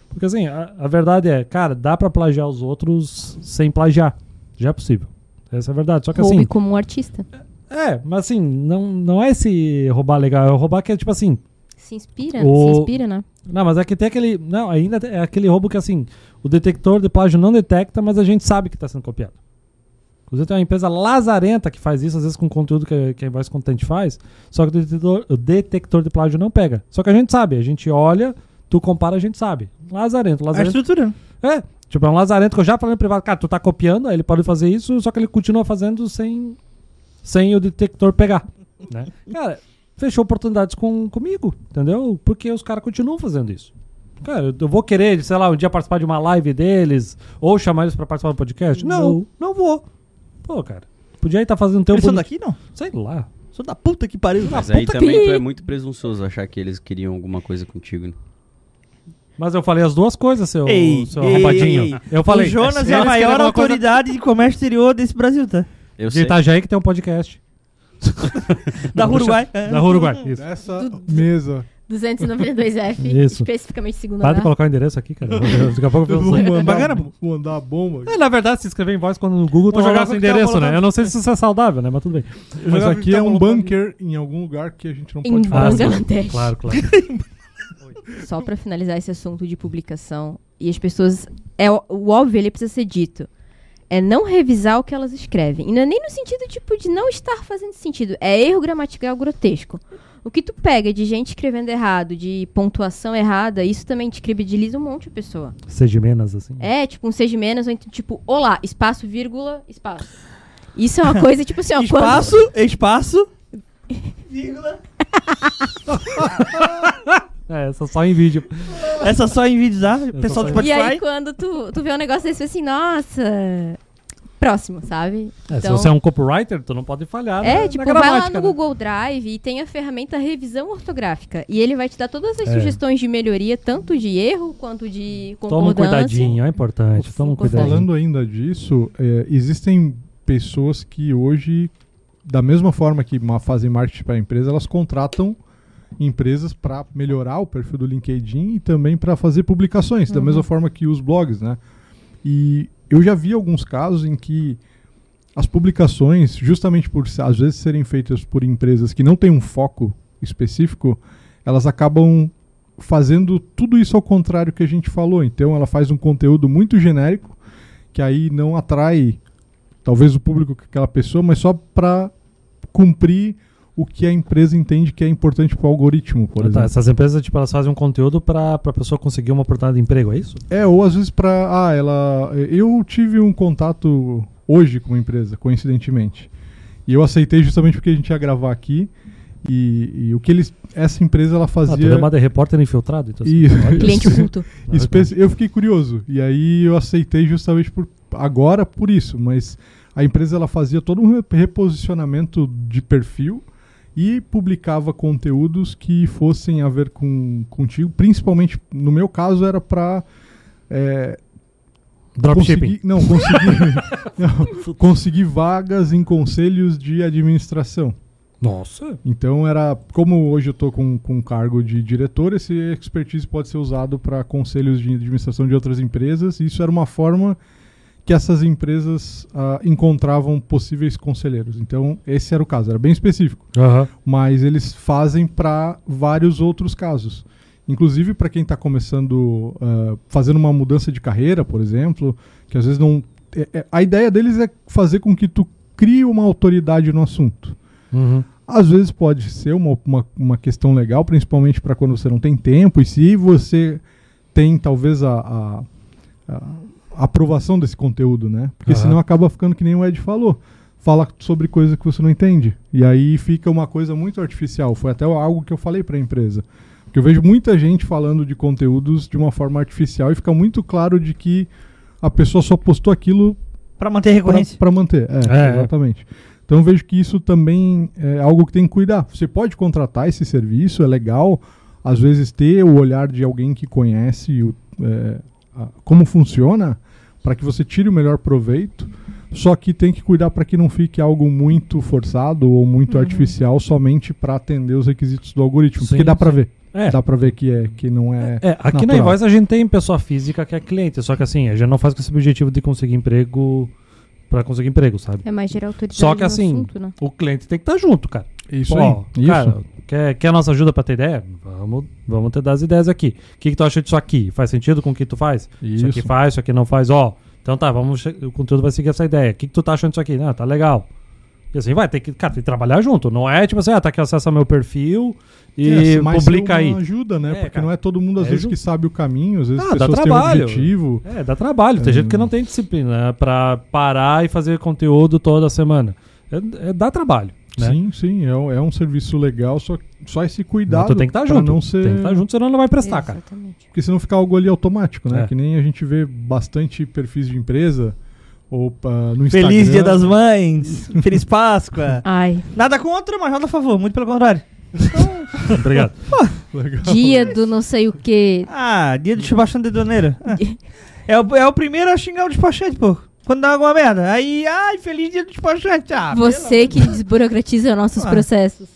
Porque assim, a, a verdade é, cara, dá pra plagiar os outros sem plagiar. Já é possível. Essa é a verdade. Só que Roube assim... como um artista. É, mas assim, não, não é esse roubar legal. É o roubar que é tipo assim... Se inspira, O- se inspira, né? Não, mas é que tem aquele. Não, ainda é aquele roubo que assim, o detector de plágio não detecta, mas a gente sabe que está sendo copiado. Inclusive tem uma empresa lazarenta que faz isso, às vezes com conteúdo que, que a Invoice Content faz, só que o detector, o detector de plágio não pega. Só que a gente sabe, a gente olha, tu compara, a gente sabe. Lazarento, A lazarento. estrutura. É, tipo, é um lazarento que eu já falei no privado, cara, tu tá copiando, aí ele pode fazer isso, só que ele continua fazendo sem, sem o detector pegar, né? Cara, fechou oportunidades com, comigo, entendeu? Porque os caras continuam fazendo isso. Cara, eu- eu vou querer, sei lá, um dia participar de uma live deles, ou chamar eles pra participar do podcast? Não, não vou. Pô, cara, podia estar fazendo teu... Eles são boni- daqui, não? Sei lá. Sou da puta que pariu. Ah, Mas aí puta também que- tu é muito presunçoso achar que eles queriam alguma coisa contigo. né? Mas eu falei as duas coisas, seu, Ei, seu ei, arrombadinho. ei, ei. Eu falei... o Jonas eles é a querem maior alguma coisa autoridade de comércio exterior desse Brasil, tá? Eu De sei. Itajaí que tem um podcast. Da Puxa, Uruguai. Da Uruguai, isso. Essa mesa. 292F, Isso. especificamente segundo Para de andar. colocar o endereço aqui, cara. Daqui a pouco eu Eu vou um- vou mandar, é. Bacana, pô. vou mandar a bomba. É, na verdade, se inscrever em voz quando no Google, tu Vou jogar jogar seu com- endereço, tá, né? Eu não sei se isso é saudável, né? Mas tudo bem. Mas jogava aqui que é tá um colocando- bunker em algum lugar que a gente não Em pode falar. Ah, sim. Bangladesh. Claro, claro. Só pra finalizar esse assunto de publicação, e as pessoas. É, o o óbvio, ele precisa ser dito. É não revisar o que elas escrevem. E não é nem no sentido, tipo, de não estar fazendo sentido. É erro gramatical grotesco. O que tu pega de gente escrevendo errado, de pontuação errada, isso também te credibiliza um monte de pessoa. Sejimenas, assim. É, tipo, um seja de menos, ou então, tipo, olá, espaço, vírgula, espaço. Isso é uma coisa, tipo assim, ó, quando- Espaço, espaço. É, essa só em vídeo. Essa só em vídeos, tá? Pessoal do só em- E aí, Spotify. quando tu, tu vê um negócio desse, assim, nossa. Próximo, sabe? É, se você é um copywriter, tu não pode falhar. na- Então- É, na tipo, vai lá gramática, no né? Google Drive e tem a ferramenta revisão ortográfica. E ele vai te dar todas as É. sugestões de melhoria, tanto de erro quanto de concordância. Toma um cuidadinho, é importante. Toma um Ficou cuidadinho. Falando ainda disso, é, existem pessoas que hoje, da mesma forma que ma- fazem marketing para a empresa, elas contratam empresas para melhorar o perfil do LinkedIn e também para fazer publicações, da mesma forma que os blogs, né? E eu já vi alguns casos em que as publicações, justamente por se- às vezes serem feitas por empresas que não têm um foco específico, elas acabam fazendo tudo isso ao contrário que a gente falou. Então ela faz um conteúdo muito genérico que aí não atrai talvez o público que aquela pessoa, mas só para cumprir o que a empresa entende que é importante para o algoritmo, por Ah, tá, exemplo. essas empresas, tipo, elas fazem um conteúdo pra, pra pessoa conseguir uma oportunidade de emprego, é isso? É, ou às vezes para. Ah, ela. Eu tive um contato hoje com uma empresa, coincidentemente. E eu aceitei justamente porque a gente ia gravar aqui. E, e o que eles, essa empresa ela Ah, tu fazia. chamado de repórter infiltrado? Então, Isso. olha Cliente oculto. Não, Espe- Eu fiquei curioso e aí eu aceitei justamente por agora por isso, mas a empresa ela fazia todo um re- reposicionamento de perfil e publicava conteúdos que fossem a ver com contigo, principalmente no meu caso era para Dropshipping. conseguir, não, conseguir, não, conseguir vagas em conselhos de administração. Nossa. Então era como hoje eu estou com, com um cargo de diretor, esse expertise pode ser usado para conselhos de administração de outras empresas. E isso era uma forma que essas empresas ah, encontravam possíveis conselheiros. Então esse era o caso, era bem específico, Aham. mas eles fazem para vários outros casos. Inclusive para quem está começando, ah, fazendo uma mudança de carreira, por exemplo, que às vezes não. é- é- a ideia deles é fazer com que tu crie uma autoridade no assunto. Uhum. Às vezes pode ser uma, uma, uma questão legal, principalmente para quando você não tem tempo, e se você tem talvez a, a- a aprovação desse conteúdo, né? Porque Aham. senão acaba ficando que nem o Ed falou. Fala sobre coisa que você não entende. E aí fica uma coisa muito artificial. Foi até algo que eu falei para a empresa. Porque eu vejo muita gente falando de conteúdos de uma forma artificial e fica muito claro de que a pessoa só postou aquilo Pra manter a recorrência. para manter, é, É, é. exatamente. Então eu vejo que isso também é algo que tem que cuidar. Você pode contratar esse serviço, é legal, às vezes ter o olhar de alguém que conhece o, é, a- como funciona para que você tire o melhor proveito. Só que tem que cuidar para que não fique algo muito forçado ou muito artificial somente para atender os requisitos do algoritmo, Sim, porque dá para sim. ver, É. dá para ver que é que não é. É, aqui na Natural. Invoice a gente tem pessoa física que é cliente, só que assim, a gente não faz com esse objetivo de conseguir emprego pra conseguir emprego, sabe? É mais geral autoridade Só que no assim, assunto, né? O cliente tem que estar junto, cara. Isso Ó, aí. Cara, quer, quer a nossa ajuda pra ter ideia? Vamos, vamos te dar as ideias aqui. O que, que tu acha disso aqui? Faz sentido com o que tu faz? Isso aqui Isso. faz, isso aqui não faz, ó. Então tá, vamos, che- o conteúdo vai seguir essa ideia. O que, que tu tá achando disso aqui? Não, tá legal. E assim vai, tem que, cara, tem que trabalhar junto. Não é tipo assim, ah, tá aqui, acessa meu perfil e É, mas publica é uma aí. ajuda, né? É, Porque cara. não é todo mundo, às É vezes, ju- que sabe o caminho, às vezes Ah, as dá pessoas têm um trabalho. objetivo. É, dá trabalho. Tem gente que não tem disciplina né, pra parar e fazer conteúdo toda semana. É, é- dá trabalho. Né? Sim, sim, é, um- é um serviço legal, só, só esse Mas cuidado. tu tem que estar pra junto. Não ser, Tem que estar junto, senão não vai prestar, cara. Exatamente. Porque senão fica algo ali automático, né? É. Que nem a gente vê bastante perfis de empresa ou ah, no Instagram. Feliz Dia das Mães. Feliz Páscoa. Ai, Nada contra, mas nada a favor. Muito pelo contrário. Obrigado. Legal. É, dia do não sei o quê. Ah, dia do despachante de doneira. É. É o, é o primeiro a xingar o despachante, pô. Quando dá alguma merda. Aí, ai, feliz dia do despachante. Ah, Você que desburocratiza nossos Ah. processos.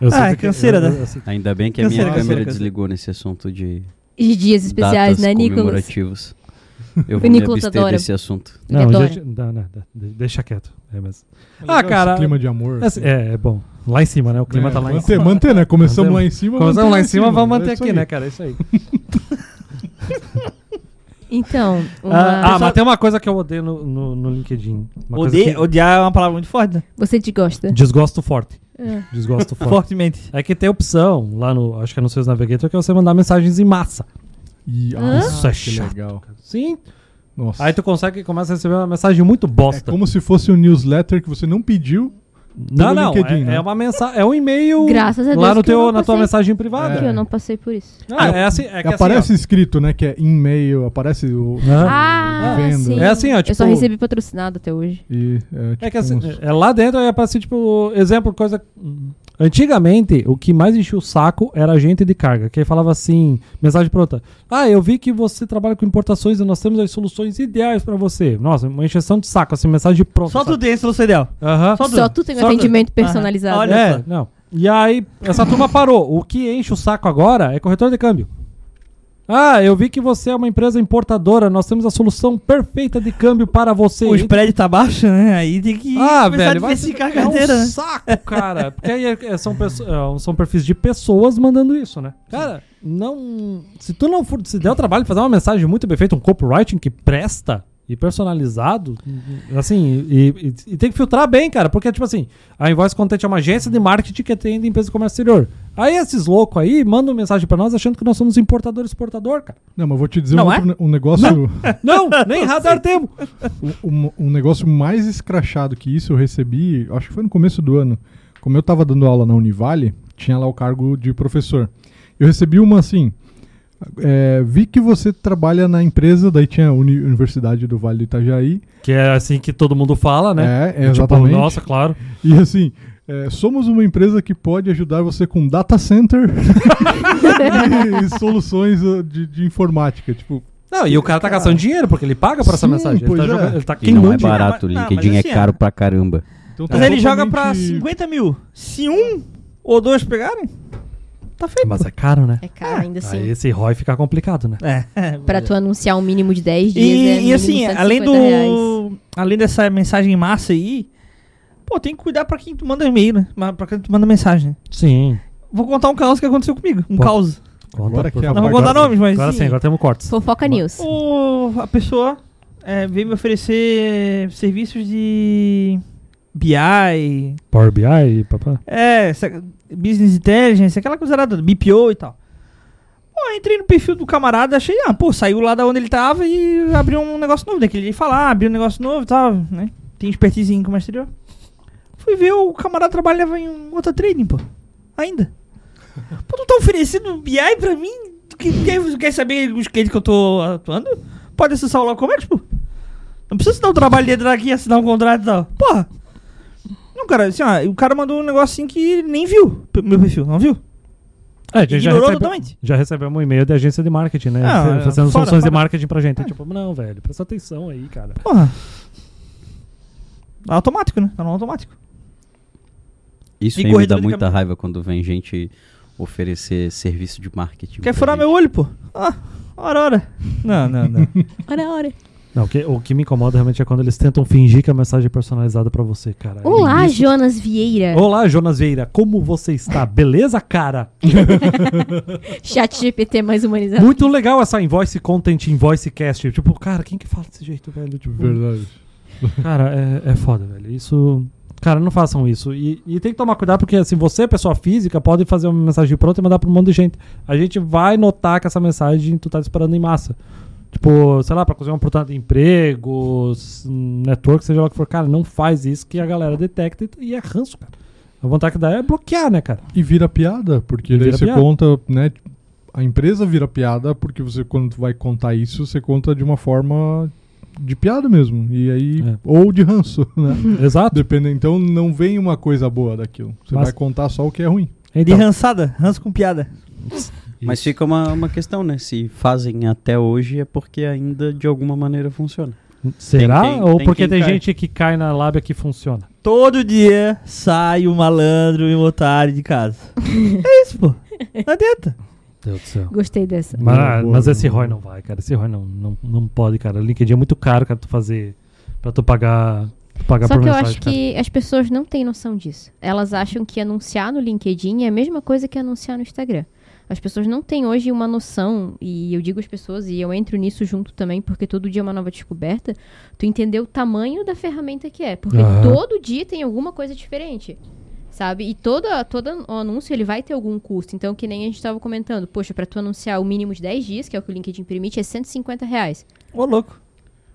Eu Ah, sei é que- canseira, eu- né? eu sei- Ainda bem que a Cancela, minha cancela, câmera cancela. desligou nesse assunto de De dias especiais, datas né, Nicolas? comemorativas. Eu O vou me Nicolas abster adora. desse é assunto. Ele Não, adora. gente, não, não, não, de- deixa quieto. É, mas- Legal Ah, cara, Esse clima de amor. Essa- é, é bom. Lá em cima, né? O clima tá lá em manter, cima. Manter, né? Começamos Mantemos. lá em cima. Começamos mantemos lá em cima, vamos É manter isso aqui, aí. né, cara? É isso aí. Então, Ah, uma- mas tem uma coisa que eu odeio no, no, no LinkedIn. Uma assim. coisa Odeia, que- Odiar é uma palavra muito forte, né? você te gosta. Desgosto forte. É. Desgosto forte. Fortemente. É que tem opção lá no, acho que é no seus Navigator, que é você mandar mensagens em massa. E, Hã? Isso é que chato, legal. Sim. Nossa. Aí tu consegue, começa a receber uma mensagem muito É bosta. como se fosse um newsletter que você não pediu. não, pelo não, LinkedIn, é, né? é uma mensagem, é um e-mail Graças a lá Deus no que eu teu, não na tua passei. mensagem privada. Que É. eu não passei por isso. Ah, é assim, é que aparece assim, escrito, né? Que é e-mail, aparece o. ó. Hã? Ah, Venda. sim. É assim, ó, eu tipo- só recebi patrocinado até hoje. E, É tipo que assim, uns- é lá dentro aí aparece, tipo, exemplo, coisa. Antigamente, o que mais enchia o saco era agente de carga, que aí falava assim, mensagem pronta. Ah, eu vi que você trabalha com importações e nós temos as soluções ideais pra você. Nossa, uma encheção de saco, assim, mensagem pronta. Só tu sabe? tem esse solução ideal. Aham. Só tu. Só tu tem um Só tu. atendimento Aham. personalizado. Olha É, só. não. E aí, essa turma parou. O que enche o saco agora é corretor de câmbio. Ah, eu vi que você é uma empresa importadora, nós temos a solução perfeita de câmbio para você. O spread tá baixo, né? Aí tem que ah, começar velho, a vai ser diversificar a é carteira, um né? saco, cara. Porque aí é- é- são, pesso- é, são perfis de pessoas mandando isso, né? Cara, não. Se tu não for. Se der o trabalho de fazer uma mensagem muito bem feita, um copywriting que presta e personalizado, assim, e, e- e tem que filtrar bem, cara. Porque, tipo assim, a Invoice Content é uma agência de marketing que atende empresa do comércio exterior. Aí esses loucos aí mandam mensagem pra nós achando que nós somos importador e exportador, cara. Não, mas vou te dizer um, Não outro ne- um negócio. é? Não, nem radar temos. um, um negócio mais escrachado que isso eu recebi, acho que foi no começo do ano. como eu estava dando aula na Univale, tinha lá o cargo de professor. Eu recebi uma assim, é, vi que você trabalha na empresa, daí tinha a Uni- Universidade do Vale do Itajaí, Que é assim que todo mundo fala, né? é, exatamente. Tipo, nossa, claro. E assim, é, somos uma empresa que pode ajudar você com data center e, e soluções ah, de, de informática. Tipo, Não, e o cara tá gastando dinheiro, porque ele paga por essa Sim, mensagem. Ele pois tá, é. jogando, ele tá E não é queimando. dinheiro. barato, o Não, mas- LinkedIn mas é assim, caro pra caramba. então tá Mas É, ele joga pra totalmente- 50 mil. Se um ou dois pegarem, tá feito. Mas é caro, né? É caro, ainda assim. Aí esse ROI fica complicado, né? É. Pra tu anunciar um mínimo de 10 dias. é E, mínimo e assim, 150 além do. reais. Além dessa mensagem em massa aí, pô, tem que cuidar pra quem tu manda e-mail, né? Ma- Pra quem tu manda mensagem. Sim. Vou contar um caos que aconteceu comigo. Um Pô. caos. Conta, Agora por que é favor. a Não vou contar Agora- nomes, mas. Agora sim. sim, agora temos cortes. Fofoca News. O, a pessoa é, veio me oferecer serviços de BI, Power BI, papá. é, essa- Business Intelligence, aquela coisa nada, BPO e tal. Pô, entrei no perfil do camarada, achei, ah, pô, saiu lá da onde ele tava e abriu um negócio novo. Daquele ele falar, abriu um negócio novo e tal, né? Tem expertise em comércio exterior. Fui ver, o camarada trabalhava em outra trading, pô. Ainda. Pô, tu tá oferecendo BI pra mim? Tu que- quer, tu quer saber os clientes que eu tô atuando? Pode acessar o Local Commerce, pô. Não precisa se dar o trabalho de entrar aqui e assinar um contrato e tal. Porra! Não, cara, assim, ó, o cara mandou um negócio assim que nem viu p- meu perfil, não viu? É, a gente já Ignorou recebe- totalmente. já recebemos um e-mail da agência de marketing, né? Ah, Fa- Fazendo fora, soluções de fora. marketing pra gente. É Tipo, não, velho, presta atenção aí, cara. Porra. Automático, né? Tá no automático. Isso E aí me corretora dá de muita caminhão. raiva quando vem gente oferecer serviço de marketing. Quer pra furar gente. meu olho, pô? Ah, ora, ora. Não, não, não. Ora, ora. Não, o que, o que me incomoda realmente é quando eles tentam fingir que a mensagem é personalizada pra você, cara. É Olá, Isso- Jonas Vieira. Olá, Jonas Vieira, como você está? Beleza, cara? Chat GPT mais humanizado. Muito legal essa invoice content, invoice cast. Tipo, cara, quem que fala desse jeito, velho? Tipo, Verdade. Cara, é, é foda, velho. Isso. Cara, não façam isso. E, e tem que tomar cuidado, porque assim, você, pessoa física, pode fazer uma mensagem pronta e mandar pra um monte de gente. A gente vai notar que essa mensagem tu tá disparando em massa. Tipo, sei lá, pra conseguir uma oportunidade de emprego, s- um network, seja lá o que for. Cara, não faz isso que a galera detecta e, e é ranço, cara. A vontade que dá é bloquear, né, cara? E vira piada, porque E daí vira você piada. conta, né? A empresa vira piada porque você, quando vai contar isso, você conta de uma forma de piada mesmo. E aí, É. ou de ranço, né? Exato. Depende, então não vem uma coisa boa daquilo. Você Mas- vai contar só o que é ruim. De Então, rançada, ranço com piada. Mas fica uma, uma questão, né? Se fazem até hoje é porque ainda de alguma maneira funciona. será? tem quem- Ou tem porque quem tem cai. gente que cai na lábia que funciona? Todo dia sai um malandro e um otário de casa. é isso, pô. Não adianta. Deus do céu. Gostei dessa. Mas, Boa, mas boa, esse boa. ROI não vai, cara. Esse ROI não, não, não pode, cara. O LinkedIn é muito caro, cara, tu fazer. Pra tu pagar. Tu pagar Só por que eu mensagem, acho cara. que as pessoas não têm noção disso. Elas acham que anunciar no LinkedIn é a mesma coisa que anunciar no Instagram. As pessoas não têm hoje uma noção, e eu digo as pessoas, e eu entro nisso junto também, porque todo dia é uma nova descoberta, tu entender o tamanho da ferramenta que é. Porque Aham. todo dia tem alguma coisa diferente. Sabe? E toda, todo o anúncio ele vai ter algum custo. Então, que nem a gente estava comentando, poxa, para tu anunciar o mínimo de 10 dias, que é o que o LinkedIn permite, é 150 reais. Ô, louco.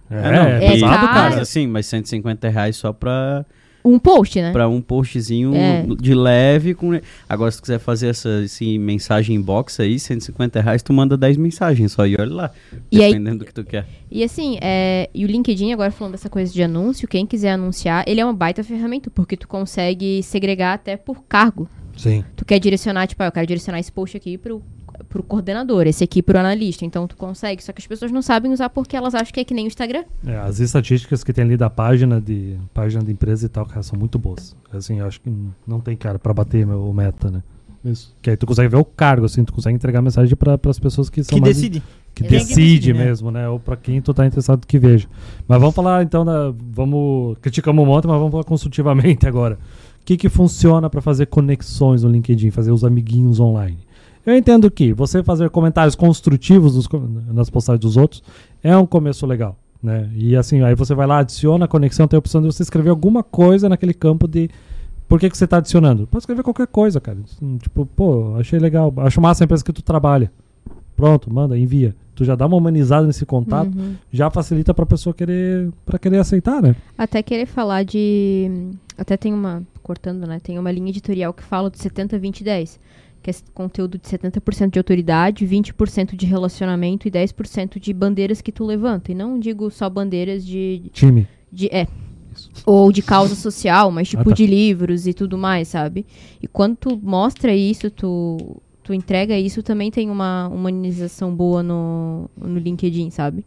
É, não, é e- pesado, caro. Mas cara. assim, mas 150 reais só pra, Um post, né? pra um postzinho É. de leve. Com... Agora, se tu quiser fazer essa esse mensagem inbox aí, 150 reais, tu manda 10 mensagens só e olha lá. E aí- dependendo do que tu quer. E assim, é, e o LinkedIn, agora falando dessa coisa de anúncio, quem quiser anunciar, ele é uma baita ferramenta, porque tu consegue segregar até por cargo. Sim. Tu quer direcionar, tipo, ah, eu quero direcionar esse post aqui pro, pro coordenador, esse aqui pro analista. Então tu consegue. Só que as pessoas não sabem usar porque elas acham que é que nem o Instagram. É, as estatísticas que tem ali da página de página de empresa e tal, cara, são muito boas. Assim, eu acho que não tem cara pra bater meu o meta, né? Isso. Que aí tu consegue ver o cargo, assim, tu consegue entregar a mensagem para as pessoas que são Que mais decide. que Quem que decide, decide, né? mesmo, né? Ou pra quem tu tá interessado que veja. Mas vamos falar então da, vamos criticamos um monte, mas vamos falar construtivamente agora. O que que funciona pra fazer conexões no LinkedIn, fazer os amiguinhos online? Eu entendo que você fazer comentários construtivos nos co- nas postagens dos outros é um começo legal, né? E assim, aí você vai lá, adiciona a conexão, tem a opção de você escrever alguma coisa naquele campo de por que, que você tá adicionando? Pode escrever qualquer coisa, cara. Tipo, pô, achei legal. Acho massa a empresa que tu trabalha. Pronto, manda, envia. Tu já dá uma humanizada nesse contato, Uhum. já facilita pra pessoa querer para querer aceitar, né? Até querer falar de. Até tem uma. Cortando, né? Tem uma linha editorial que fala de 70, 20, 10. Que é esse conteúdo de 70% de autoridade, 20% de relacionamento e 10% de bandeiras que tu levanta. E não digo só bandeiras de. Time. de é. Ou de causa social, mas tipo Ah, tá. de livros e tudo mais, sabe? E quando tu mostra isso, tu, tu entrega isso, também tem uma humanização boa no, no LinkedIn, sabe?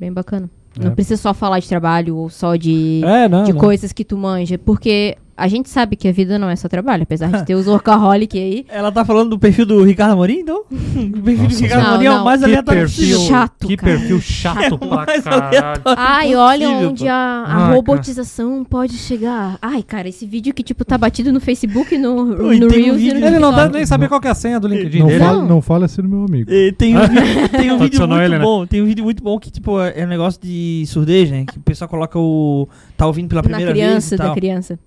Bem bacana. Não É. precisa só falar de trabalho ou só de, É, não. de não. coisas que tu manja, porque a gente sabe que a vida não é só trabalho, apesar de ter os workaholic aí. Ela tá falando do perfil do Ricardo Amorim, então? O perfil do Nossa, Ricardo não, Amorim é não. o mais Que aleatório perfil. possível. É Chato, que cara. perfil chato pra mais caralho. aleatório Ai, olha possível, onde É pô. a, a Ai, robotização pode chegar. Ai, cara, esse vídeo que, tipo, tá batido no Facebook, no, Pô, e no tem Reels um e vídeo- no Ele não TikTok. deve nem saber qual que é a senha do LinkedIn Não dele. fala, Não. não fala ser meu amigo. Eh, Tem um vídeo, tem um vídeo Adicionou muito ele, né? bom. Tem um vídeo muito bom que, tipo, é é um negócio de surdez, né? Que o pessoal coloca o. tá ouvindo pela Na primeira criança, vez. E, da tal. criança.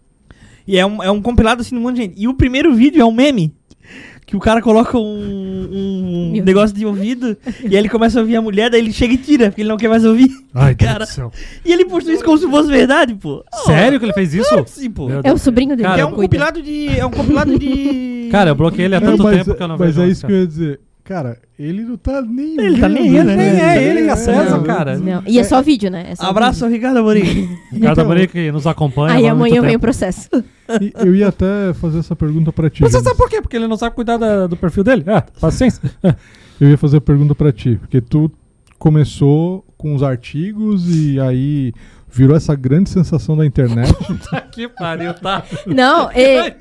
e é um, é um compilado assim de um monte de gente. E o primeiro vídeo é um meme. Que o cara coloca um, um Meu negócio de ouvido e aí ele começa a ouvir a mulher, daí ele chega e tira, porque ele não quer mais ouvir. Ai, Deus Cara. do E ele postou isso como se fosse verdade, pô. Sério que ele fez isso? Claro que sim, pô. Meu É o sobrinho dele. Cara, é que um cuida. compilado de. É um compilado de. Cara, eu bloqueei ele há É, tanto mas, tempo que eu não mas vejo. é isso que eu ia dizer. Cara, ele não tá nem. Ele tá nem aí, né? Nem é ele que acessa, é, cara. Não, E é só vídeo, né? É só Abraço ao Ricardo Amorim. Cada então, que nos acompanha. vídeo. Aí há muito amanhã vem o tempo. processo. E Eu ia até fazer essa pergunta pra ti. Mas você Jonas. sabe por quê? Porque ele não sabe cuidar da- do perfil dele? Ah, paciência. Eu ia fazer a pergunta pra ti, porque tu começou com os artigos e aí virou essa grande sensação da internet. que pariu, tá? Não, e-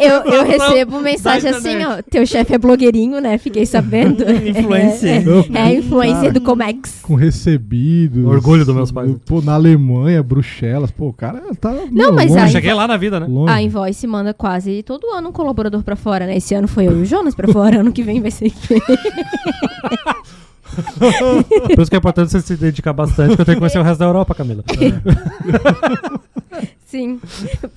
eu, eu recebo mensagem assim, ó. Teu chefe é blogueirinho, né? Fiquei sabendo. Influencer. É, é influencer do Comex. com recebidos. Orgulho dos meus pais. Pô, na Alemanha, Bruxelas. Pô, o cara tá. meu, mas longe, aí- Ah, Cheguei lá na vida, né? longe. A Invoice manda quase todo ano um colaborador pra fora, né? Esse ano foi eu e o Jonas pra fora, ano que vem vai ser quem? Por isso que é importante você se dedicar bastante, que eu tenho que conhecer o resto da Europa, Camila. Sim.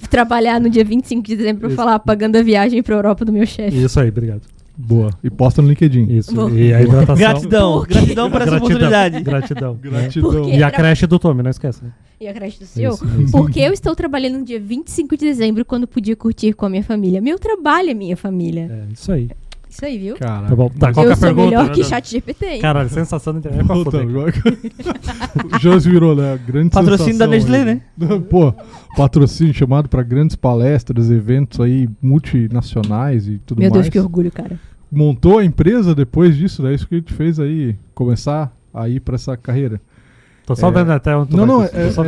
Trabalhar no dia 25 de dezembro pra falar pagando a viagem pra Europa do meu chefe. Isso aí, obrigado. Boa. E posta no LinkedIn. Isso. É. Bom. E a hidratação. Gratidão, gratidão por essa Tá Gratidão, oportunidade. Gratidão. Gratidão. Por quê? E a creche do Tommy, não esquece. Né? E a creche do CEO. Isso, isso. Porque eu estou trabalhando no dia 25 de dezembro, quando podia curtir com a minha família. Meu trabalho é minha família. É, isso aí. Isso aí, viu? Cara, Tá bom. Tá, qual que é eu a sou pergunta? melhor que chat GPT, hein? Caralho, sensação da internet é pra Puta, foder. agora... o Jans virou, né? a Grande Patrocínio da sensação Nestlé, aí. Pô, patrocínio chamado pra grandes palestras, eventos aí multinacionais e tudo Meu mais. Deus, que orgulho, cara. Montou a empresa depois disso, né? Isso que te fez aí começar a ir pra essa carreira. Tô só É. vendo até onde tu Não, vai não, com isso. Tô é- só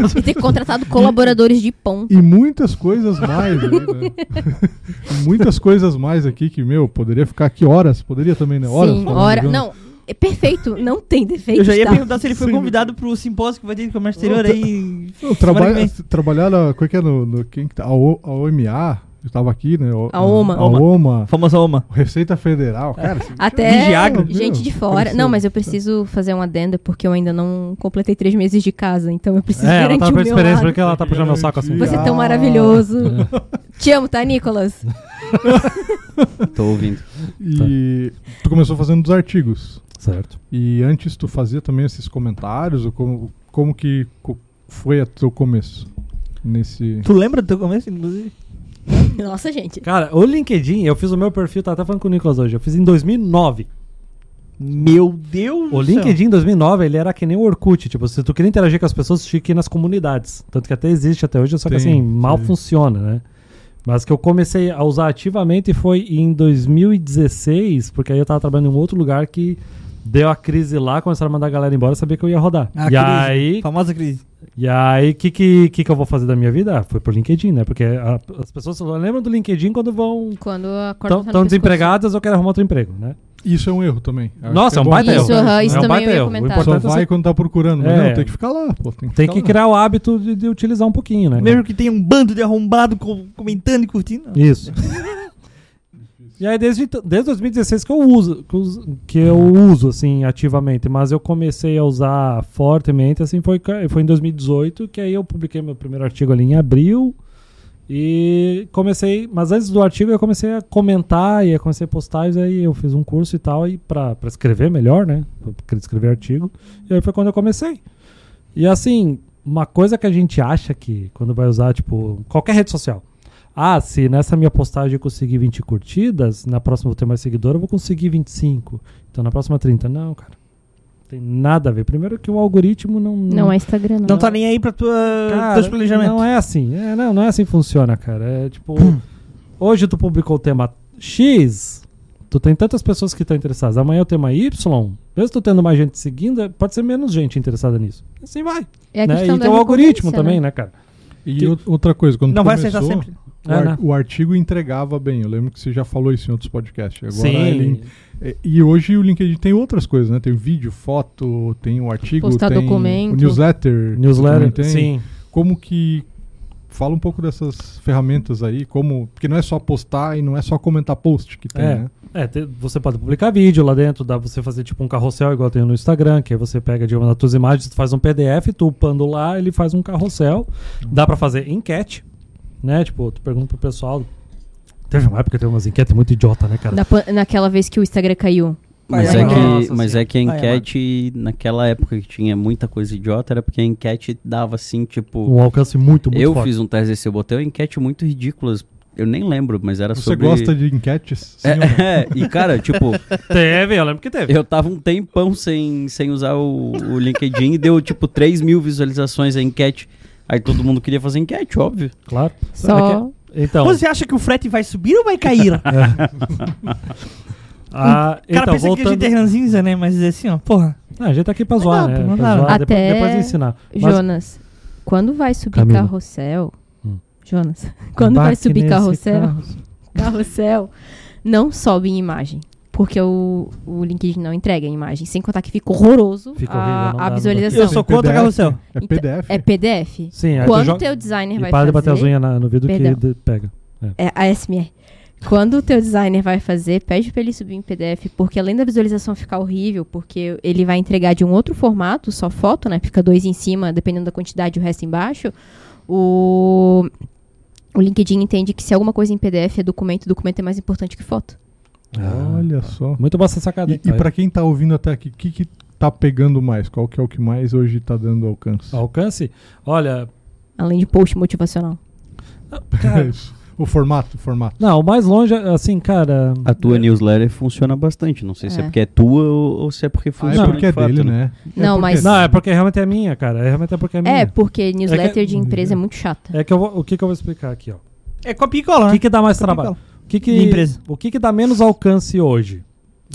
é- vendo. E ter contratado colaboradores de ponta. E muitas coisas mais, aí, né? E muitas coisas mais aqui que, meu, poderia ficar aqui horas, poderia também, né? Horas. Sim, falando, hora. digamos. Não, é perfeito. Não tem defeito. Eu já ia tá? perguntar se ele foi convidado pro simpósio que vai ter de comércio exterior aí. Eu trabalho- Semana que trabalhar na. Qual que é no. no- quem que tá? A, O- a OMA, eu tava aqui, né? O- A OMA. A OMA. Famosa Oma. Receita É. Federal, cara. esse- Até Viagra. gente de fora. assim? Não, mas eu preciso fazer um adendo porque eu ainda não completei três meses de casa. Então eu preciso É, ela garantir tá o pra meu experiência, lado. porque ela tá puxando meu saco assim. É, Você é tão Ah. maravilhoso. Te amo, tá, Nicolas? Tô ouvindo. E Tá. tu começou fazendo dos artigos. Certo. E antes tu fazia também esses comentários? Ou como, como que co- foi o teu começo? Nesse. Tu lembra do teu começo, inclusive? Nossa, gente. Cara, o LinkedIn, eu fiz o meu perfil, tá até falando com o Nicolas hoje. Eu fiz em 2009. Meu Deus O do céu. LinkedIn em 2009, ele era que nem o Orkut. Tipo, se tu queria interagir com as pessoas, tu tinha que ir nas comunidades. Tanto que até existe até hoje, só que Sim, assim, mal sim. funciona, né? Mas que eu comecei a usar ativamente foi em 2016, porque aí eu tava trabalhando em um outro lugar que deu a crise lá, começaram a mandar a galera embora, eu sabia que eu ia rodar. A e, crise. Aí, Famosa crise. e aí, o que, que, que, que eu vou fazer da minha vida? Ah, foi pro LinkedIn, né? Porque a- as pessoas só lembram do LinkedIn quando vão... Quando acorda Estão desempregadas ou querem arrumar outro emprego, né? Isso é um erro também. Acho Nossa, que é um bom baita tu- Isso, erro. aham, isso é um também baita eu ia erro. O comentar. importante Só é você- vai quando tá procurando. mas É. Não, tem que ficar lá, pô. Tem que, Tem que ficar Então, né? lá. criar o hábito de, de utilizar um pouquinho, né? Mesmo que tenha um bando de arrombado co- comentando e curtindo. Isso. e aí, desde, então- desde 2016 que eu uso, que eu uso- que eu uso, assim, ativamente. Mas eu comecei a usar fortemente, assim, foi, ca- foi em 2018, que aí eu publiquei meu primeiro artigo ali em abril. E comecei, mas antes do artigo eu comecei a comentar e eu comecei a postar, e aí eu fiz um curso e tal, e pra, pra escrever melhor, né? Pra escrever artigo. E aí foi quando eu comecei. E assim, uma coisa que a gente acha que quando vai usar, tipo, qualquer rede social. Ah, se nessa minha postagem eu conseguir 20 curtidas, na próxima eu vou ter mais seguidor, eu vou conseguir 25. Então na próxima 30. Não, cara. Tem nada a ver. Primeiro que o algoritmo não. Não é Instagram, não. Não tá nem aí pra tua, Cara, teus planejamentos. Não é assim. É, não, não é assim que funciona, cara. É tipo, hoje tu publicou o tema X, tu tem tantas pessoas que estão interessadas. Amanhã o tema Y, mesmo tu tendo mais gente seguindo, é- pode ser menos gente interessada nisso. Assim vai. É a né? questão E da tem o algoritmo recorrência, também, né? né, cara? E Que- ou- outra coisa, quando Não vai começou, acertar sempre. O, ar- É, né? o artigo entregava bem. Eu lembro que você já falou isso em outros podcasts. Agora ele- Então. Sim. é, E hoje o LinkedIn tem outras coisas, né? Tem vídeo, foto, tem o artigo, Postar tem documento. o newsletter. também Newsletter, tem. sim. Como que... Fala um pouco dessas ferramentas aí, como... Porque não é só postar e não é só comentar post que tem, É. né? É, te- você pode publicar vídeo lá dentro, dá pra você fazer tipo um carrossel igual tem no Instagram, que aí você pega de uma das tuas imagens, tu faz um PDF, tu upando lá, ele faz um carrossel. Dá pra fazer enquete, né? Tipo, tu pergunta pro pessoal. Teve uma época que teve umas enquetes muito idiota, né, cara? Na pan- naquela vez que o Instagram caiu. Mas, Vai é, amar. que, Nossa, mas sim. é que a Vai amar. enquete, naquela época que tinha muita coisa idiota, era porque a enquete dava assim, tipo. Um alcance muito, muito eu forte. fiz um teste desse, eu botei uma enquete muito ridícula. Eu nem lembro, mas era Você é sobre. gosta de enquetes? Sim ou não? É, e cara, tipo, Teve, eu lembro que teve. eu tava um tempão sem, sem usar o, o LinkedIn e deu tipo 3 mil visualizações a enquete. Aí todo mundo queria fazer enquete, óbvio. Claro. Só. Então, é. é. Você acha que o frete vai subir ou vai cair? O cara Um ah, então pensa que a voltando... gente é ranzinza, né? Mas é assim, ó, porra. Ah, a gente tá aqui pra zoar, dá, né? não Pra dá. zoar, depo- Até- depois, ensinar. Mas Jonas, quando vai subir Camila. carrossel. Hum. Jonas, quando vai embarque subir nesse carrossel, carro. carrossel, não sobe em imagem. Porque o, o LinkedIn não entrega em imagem. Sem contar que fica horroroso Fica a, horrível, não a dá, não dá. visualização. Eu sou contra PDF. carrossel. É Então, PDF. É PDF. Sim, aí tu Quando o joga- teu designer E vai para de fazer. bater as unhas na- no vidro que Perdão. de- pega. É a ASMR. Quando o teu designer vai fazer, pede pra ele subir em PDF, porque além da visualização ficar horrível, porque ele vai entregar de um outro formato, só foto, né? Fica dois em cima, dependendo da quantidade, o resto embaixo. O, o LinkedIn entende que se alguma coisa em PDF é documento, documento é mais importante que foto. Olha só. Muito boa essa sacada. Ah. E, hein? e para quem tá ouvindo até aqui, o que, que tá pegando mais? Qual que é o que mais hoje tá dando Ah, alcance? Alcance? Olha, Além de post motivacional. cara, É o formato, o formato. não, o mais longe, assim, cara. A tua newsletter funciona bastante. Não sei se é É. porque é tua ou, ou se é porque Ah, funciona. é porque de é fato, dele, né? Não, porque mas- é Não, é porque realmente é minha, cara. É realmente é porque é minha. É, porque newsletter de empresa é muito chata. É que eu vou, o que, que eu vou explicar aqui, ó. É copia e cola, O né? que, que dá mais Copia e trabalho? cola. O que, De que empresa. O que, que dá menos alcance hoje?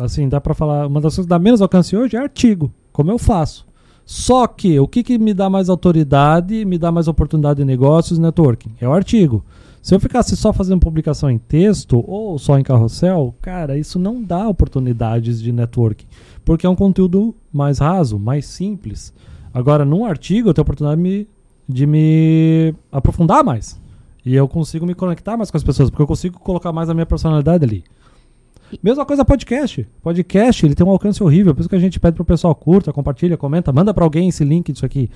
Assim, dá pra falar. Uma das coisas que dá menos alcance hoje é artigo, como eu faço. Só que o que, que me dá mais autoridade, me dá mais oportunidade de negócios e networking? É o artigo. Se eu ficasse só fazendo publicação em texto ou só em carrossel, cara, isso não dá oportunidades de networking. Porque é um conteúdo mais raso, mais simples. Agora, num artigo, eu tenho a oportunidade de me, de me aprofundar mais. E eu consigo me conectar mais com as pessoas, porque eu consigo colocar mais a minha personalidade ali. Mesma coisa podcast. Podcast, ele tem um alcance horrível, por isso que a gente pede pro pessoal curta, compartilha, comenta, manda pra alguém esse link disso aqui.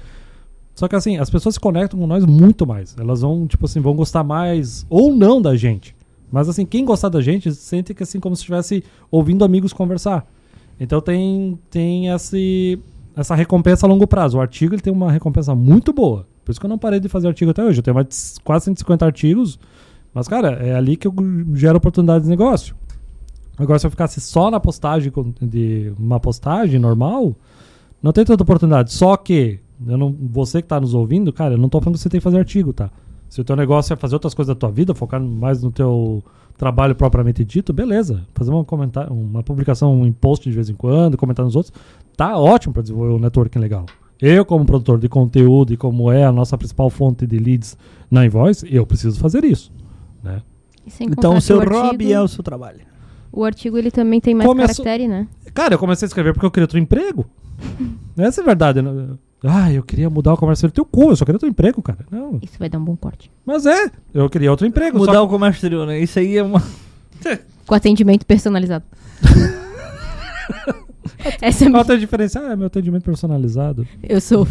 Só que assim, as pessoas se conectam com nós muito mais. Elas vão, tipo assim, vão gostar mais ou não da gente. Mas assim, quem gostar da gente sente que assim como se estivesse ouvindo amigos conversar. Então tem tem esse essa recompensa a longo prazo. O artigo ele tem uma recompensa muito boa. Por isso que eu não parei de fazer artigo até hoje. Eu tenho mais de c- quase 150 artigos. Mas, cara, é ali que eu gero oportunidades de negócio. Agora, se eu ficasse só na postagem com- de uma postagem normal, não tem tanta oportunidade. Só que eu não, você que está nos ouvindo, cara, eu não tô falando que você tem que fazer artigo, tá? Se o teu negócio é fazer outras coisas da tua vida, focar mais no teu trabalho propriamente dito, beleza. Fazer uma, comentar, uma publicação em post de vez em quando, comentar nos outros, tá ótimo para desenvolver um networking legal. Eu, como produtor de conteúdo e como é a nossa principal fonte de leads na Invoice, eu preciso fazer isso. Né? E sem Então contar o seu que hobby é artigo, o seu trabalho. o artigo ele também tem mais Começou- caractere, né? Cara, eu comecei a escrever porque eu queria outro emprego. Essa é a verdade. né? Ah, eu queria mudar o comerciante teu cu, eu só queria outro emprego, cara. Não. Isso vai dar um bom corte. Mas é, eu queria outro emprego. Mudar só... o comércio exterior, né? Isso aí é uma... Com atendimento personalizado. Essa é Qual a minha... o teu diferencial? Ah, é meu atendimento personalizado. Eu sou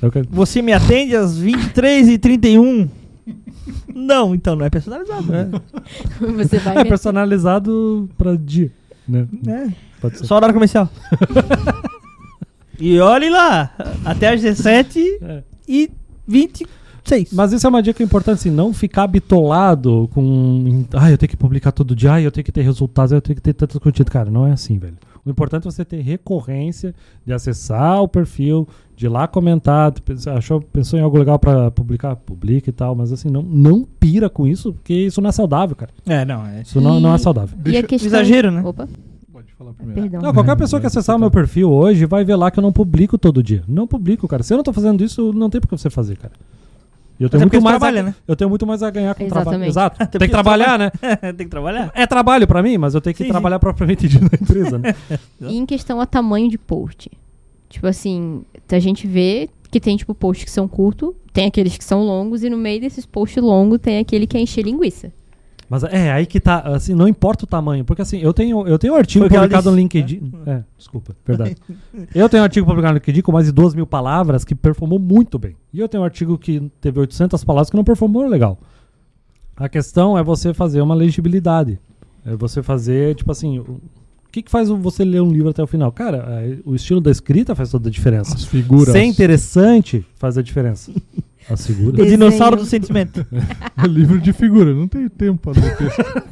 Eu quero- Você me atende às 23h31 Não, então não é personalizado, né? Você vai É meter- personalizado pra dia, né? É. Pode ser. Só horário comercial. e olhe lá, até às 17 É. e 26. Mas isso é uma dica importante, assim, não ficar bitolado com. Ah, eu tenho que publicar todo dia, ah, eu tenho que ter resultados, eu tenho que ter tantas curtidas. Cara, não é assim, velho. O importante é você ter recorrência de acessar o perfil, de ir lá comentar, tu pensa- achou, pensou em algo legal pra publicar, publica e tal, mas assim, não, não pira com isso, porque isso não é saudável, cara. É, não, é. Isso não, não é E- saudável. E Deixa- É. a questão... exagero, né? Opa, Pode falar primeiro. perdão. Então, Não, qualquer pessoa que acessar o meu perfil hoje vai ver lá que eu não publico todo dia. Não publico, cara. Se eu não tô fazendo isso, não tem por que você fazer, cara. E Eu Até tenho, porque muito você mais trabalha, a, né? eu tenho muito mais a ganhar com o trabalho. Exatamente. Exato. Até Tem que porque trabalhar, né? Tem que trabalhar. É trabalho pra mim, mas eu tenho que Sim, trabalhar propriamente dito na empresa, né? E em questão a tamanho de post. Tipo assim, a gente vê que tem, tipo, posts que são curtos, tem aqueles que são longos, e no meio desses posts longos tem aquele que é encher linguiça. Mas é, aí que tá, assim, não importa o tamanho, porque assim, eu tenho, eu tenho um artigo Foi o que ela publicado no disse, né? LinkedIn. É, desculpa, verdade. eu tenho um artigo publicado no LinkedIn com mais de duas mil palavras que performou muito bem. E eu tenho um artigo que teve 800 palavras que não performou legal. A questão é você fazer uma legibilidade. É você fazer, tipo assim, o o que, que faz você ler um livro até o final? Cara, é, o estilo da escrita faz toda a diferença. As figuras. Ser interessante faz a diferença. As figuras. O Desenho. dinossauro do sentimento. É livro de figura, não tem tempo para ler texto.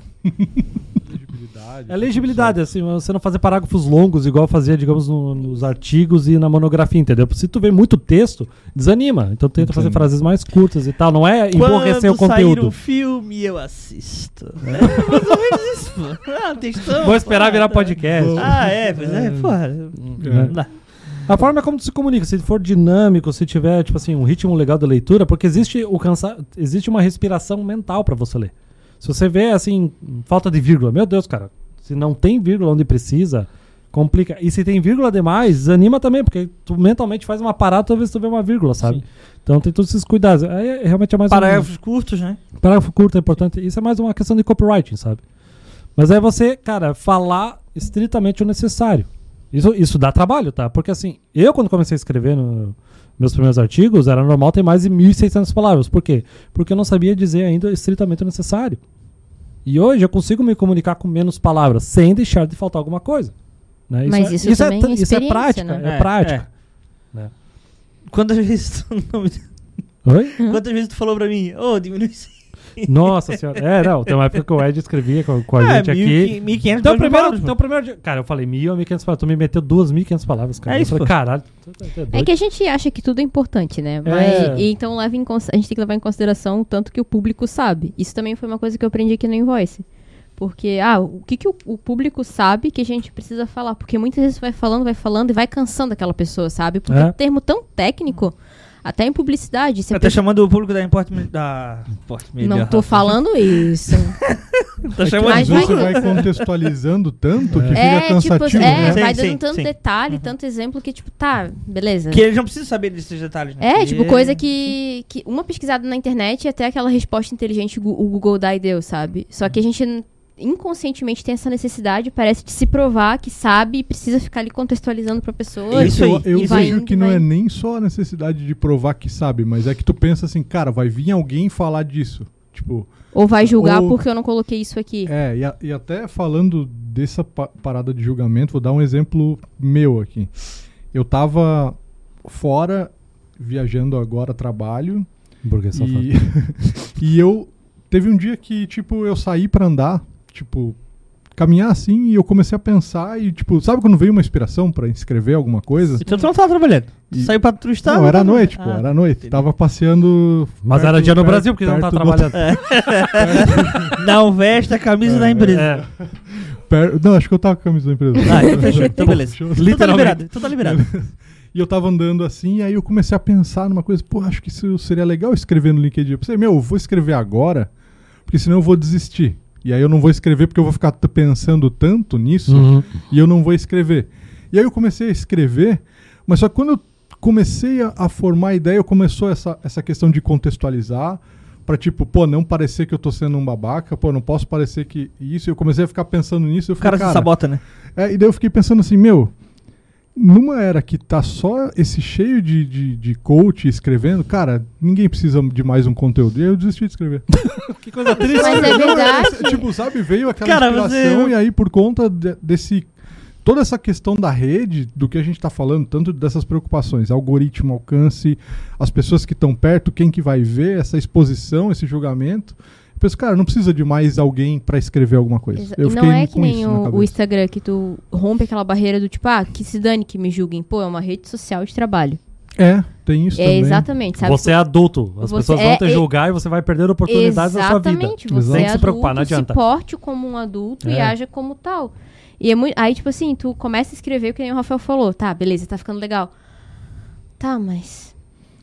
É legibilidade, assim, você não fazer parágrafos longos, igual fazia, digamos, no- nos artigos e na monografia, entendeu? Se tu vê muito texto, desanima. Então tenta fazer Entendo. frases mais curtas e tal. Não é emborrecer o Quando sair conteúdo. um filme, eu assisto. É, mais ou menos isso, pô. Ah, textão. Vou esperar pô. virar podcast. Ah, é, pois é, porra. né? Não dá. A forma como tu se comunica, se for dinâmico, se tiver, tipo assim, um ritmo legal da leitura, porque existe o cansa... existe uma respiração mental pra você ler. Se você vê, assim, falta de vírgula, meu Deus, cara, se não tem vírgula onde precisa, complica. E se tem vírgula demais, desanima também, porque tu mentalmente faz um uma parada toda vez que tu vê uma vírgula, sabe? Então tem todos esses cuidados. Aí é- realmente é mais um- Parágrafos curtos, né? Parágrafo curto é importante. Isso é mais uma questão de copywriting, sabe? Mas é você, cara, falar estritamente o necessário. Isso, isso dá trabalho, tá? Porque assim, eu quando comecei a escrever no- meus primeiros artigos, era normal ter mais de 1.600 palavras. Por quê? Porque eu não sabia dizer ainda estritamente o necessário. E hoje eu consigo me comunicar com menos palavras, sem deixar de faltar alguma coisa. né? Mas é- isso também é isso é experiência, prática, né? é prática. Né? Quantas vezes tu, não, Oi? Hum? quantas vezes tu falou pra mim? Ô, diminui isso. Nossa senhora. É, não, tem uma época que o Ed escrevia com, com a É, gente aqui. 1.500 Então, primeiro, palavras, então, primeiro. dia- Cara, eu falei mil ou 1.500 palavras. Tu me meteu 2.500 palavras, cara. É isso, Eu falei, pô. caralho. tu tá- tu É doido. que a gente acha que tudo é importante, né? É. Mas, e então leva em cons- a gente tem que levar em consideração o tanto que o público sabe. Isso também foi uma coisa que eu aprendi aqui no Invoice. Porque, ah, o que, que o, o público sabe que a gente precisa falar? Porque muitas vezes vai falando, vai falando e vai cansando aquela pessoa, sabe? Porque É. é um termo tão técnico, até em publicidade, você Tá pensa, chamando o público da Import Media- da Import Media. não tô falando isso. Tá É que chamando Mas às de vezes vai- você vai contextualizando tanto que fica é, tipo, cansativo. é, né? Uhum. Sim, vai sim, dando tanto sim. detalhe, tanto exemplo que, tipo, tá, beleza. que eles não precisam saber desses detalhes, né? É, Porque- tipo, coisa que, que uma pesquisada na internet e até aquela resposta inteligente gu- o Google dá e deu, sabe? Só que a gente n- inconscientemente tem essa necessidade, parece, de se provar que sabe e precisa ficar ali contextualizando pra pessoa. Isso aí. Eu, eu E vai vejo indo, que não vai é indo. nem só a necessidade de provar que sabe, mas é que tu pensa assim, cara, vai vir alguém falar disso. Tipo, Ou vai julgar Ou- porque eu não coloquei isso aqui. é, e, a- e até falando dessa pa- parada de julgamento, vou dar um exemplo meu aqui. Eu tava fora, viajando agora a trabalho, Burguês safado. E, e eu teve um dia que tipo eu saí pra andar, tipo caminhar assim e eu comecei a pensar e tipo, sabe quando veio uma inspiração pra escrever alguma coisa? Então tu não tava trabalhando. Tu E- Saiu pra turistar. não, era à tava- noite, pô, Ah, era à noite. entendi. Tava passeando Mas perto- era dia no perto- Brasil, porque não tá perto do- trabalhando. Ah, Não veste a camisa da empresa. É. per- Não, acho que eu tava com a camisa da empresa. Ah, então fechou. Então beleza. Fechou. Tu tá liberado. Tu tá liberado. E eu tava andando assim, aí eu comecei a pensar numa coisa, pô, acho que isso seria legal escrever no LinkedIn. Eu pensei, meu, eu vou escrever agora, porque senão eu vou desistir. E aí eu não vou escrever porque eu vou ficar t- pensando tanto nisso Uhum. e eu não vou escrever. E aí eu comecei a escrever, mas só que quando eu comecei a, a formar a ideia, eu começou essa, essa questão de contextualizar pra tipo, pô, não parecer que eu tô sendo um babaca, pô, não posso parecer que isso. Eu comecei a ficar pensando nisso, eu O fiquei, cara se sabota, né? é, e daí eu fiquei pensando assim, meu, numa era que tá só esse cheio de, de, de coach escrevendo, cara, ninguém precisa de mais um conteúdo. E aí eu desisti de escrever. Que coisa triste. Mas é verdade. tipo, sabe, veio aquela Cara, inspiração você- e aí por conta de- desse toda essa questão da rede, do que a gente tá falando, tanto dessas preocupações, algoritmo, alcance, as pessoas que estão perto, quem que vai ver essa exposição, esse julgamento. Eu penso, cara, não precisa de mais alguém pra escrever alguma coisa. Exa- Eu não fiquei é que com nem isso na o, o cabeça. Instagram que tu rompe aquela barreira do tipo, ah, que se dane que me julguem. Pô, é uma rede social de trabalho. É, tem isso é também. exatamente, sabe? Você é adulto. As Você pessoas é- vão te julgar e você vai perder oportunidades na sua vida. Exatamente, você Tem é que se preocupar, não adulto, adianta. Se porte como um adulto e É. haja como tal. E é muito, aí, tipo assim, tu começa a escrever o que nem o Rafael falou. Tá, beleza, tá ficando legal. Tá, mas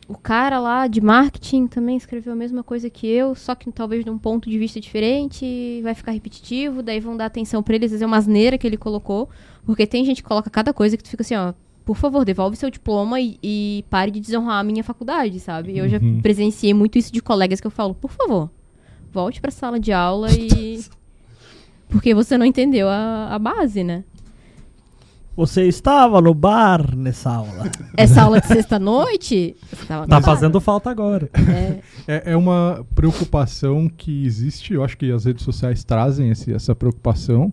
o cara lá de marketing também escreveu a mesma coisa que eu, só que talvez de um ponto de vista diferente, vai ficar repetitivo, daí vão dar atenção pra ele, às vezes é uma asneira que ele colocou, porque tem gente que coloca cada coisa que tu fica assim, ó, por favor, devolve seu diploma e, e pare de desonrar a minha faculdade, sabe? Eu já Uhum. presenciei muito isso de colegas que eu falo, por favor, volte pra sala de aula e... Porque você não entendeu a, a base, né? Você estava no bar nessa aula. Essa aula de sexta-noite... você tava Tá na sala. fazendo falta agora. É, É, é uma preocupação que existe, eu acho que as redes sociais trazem esse- essa preocupação.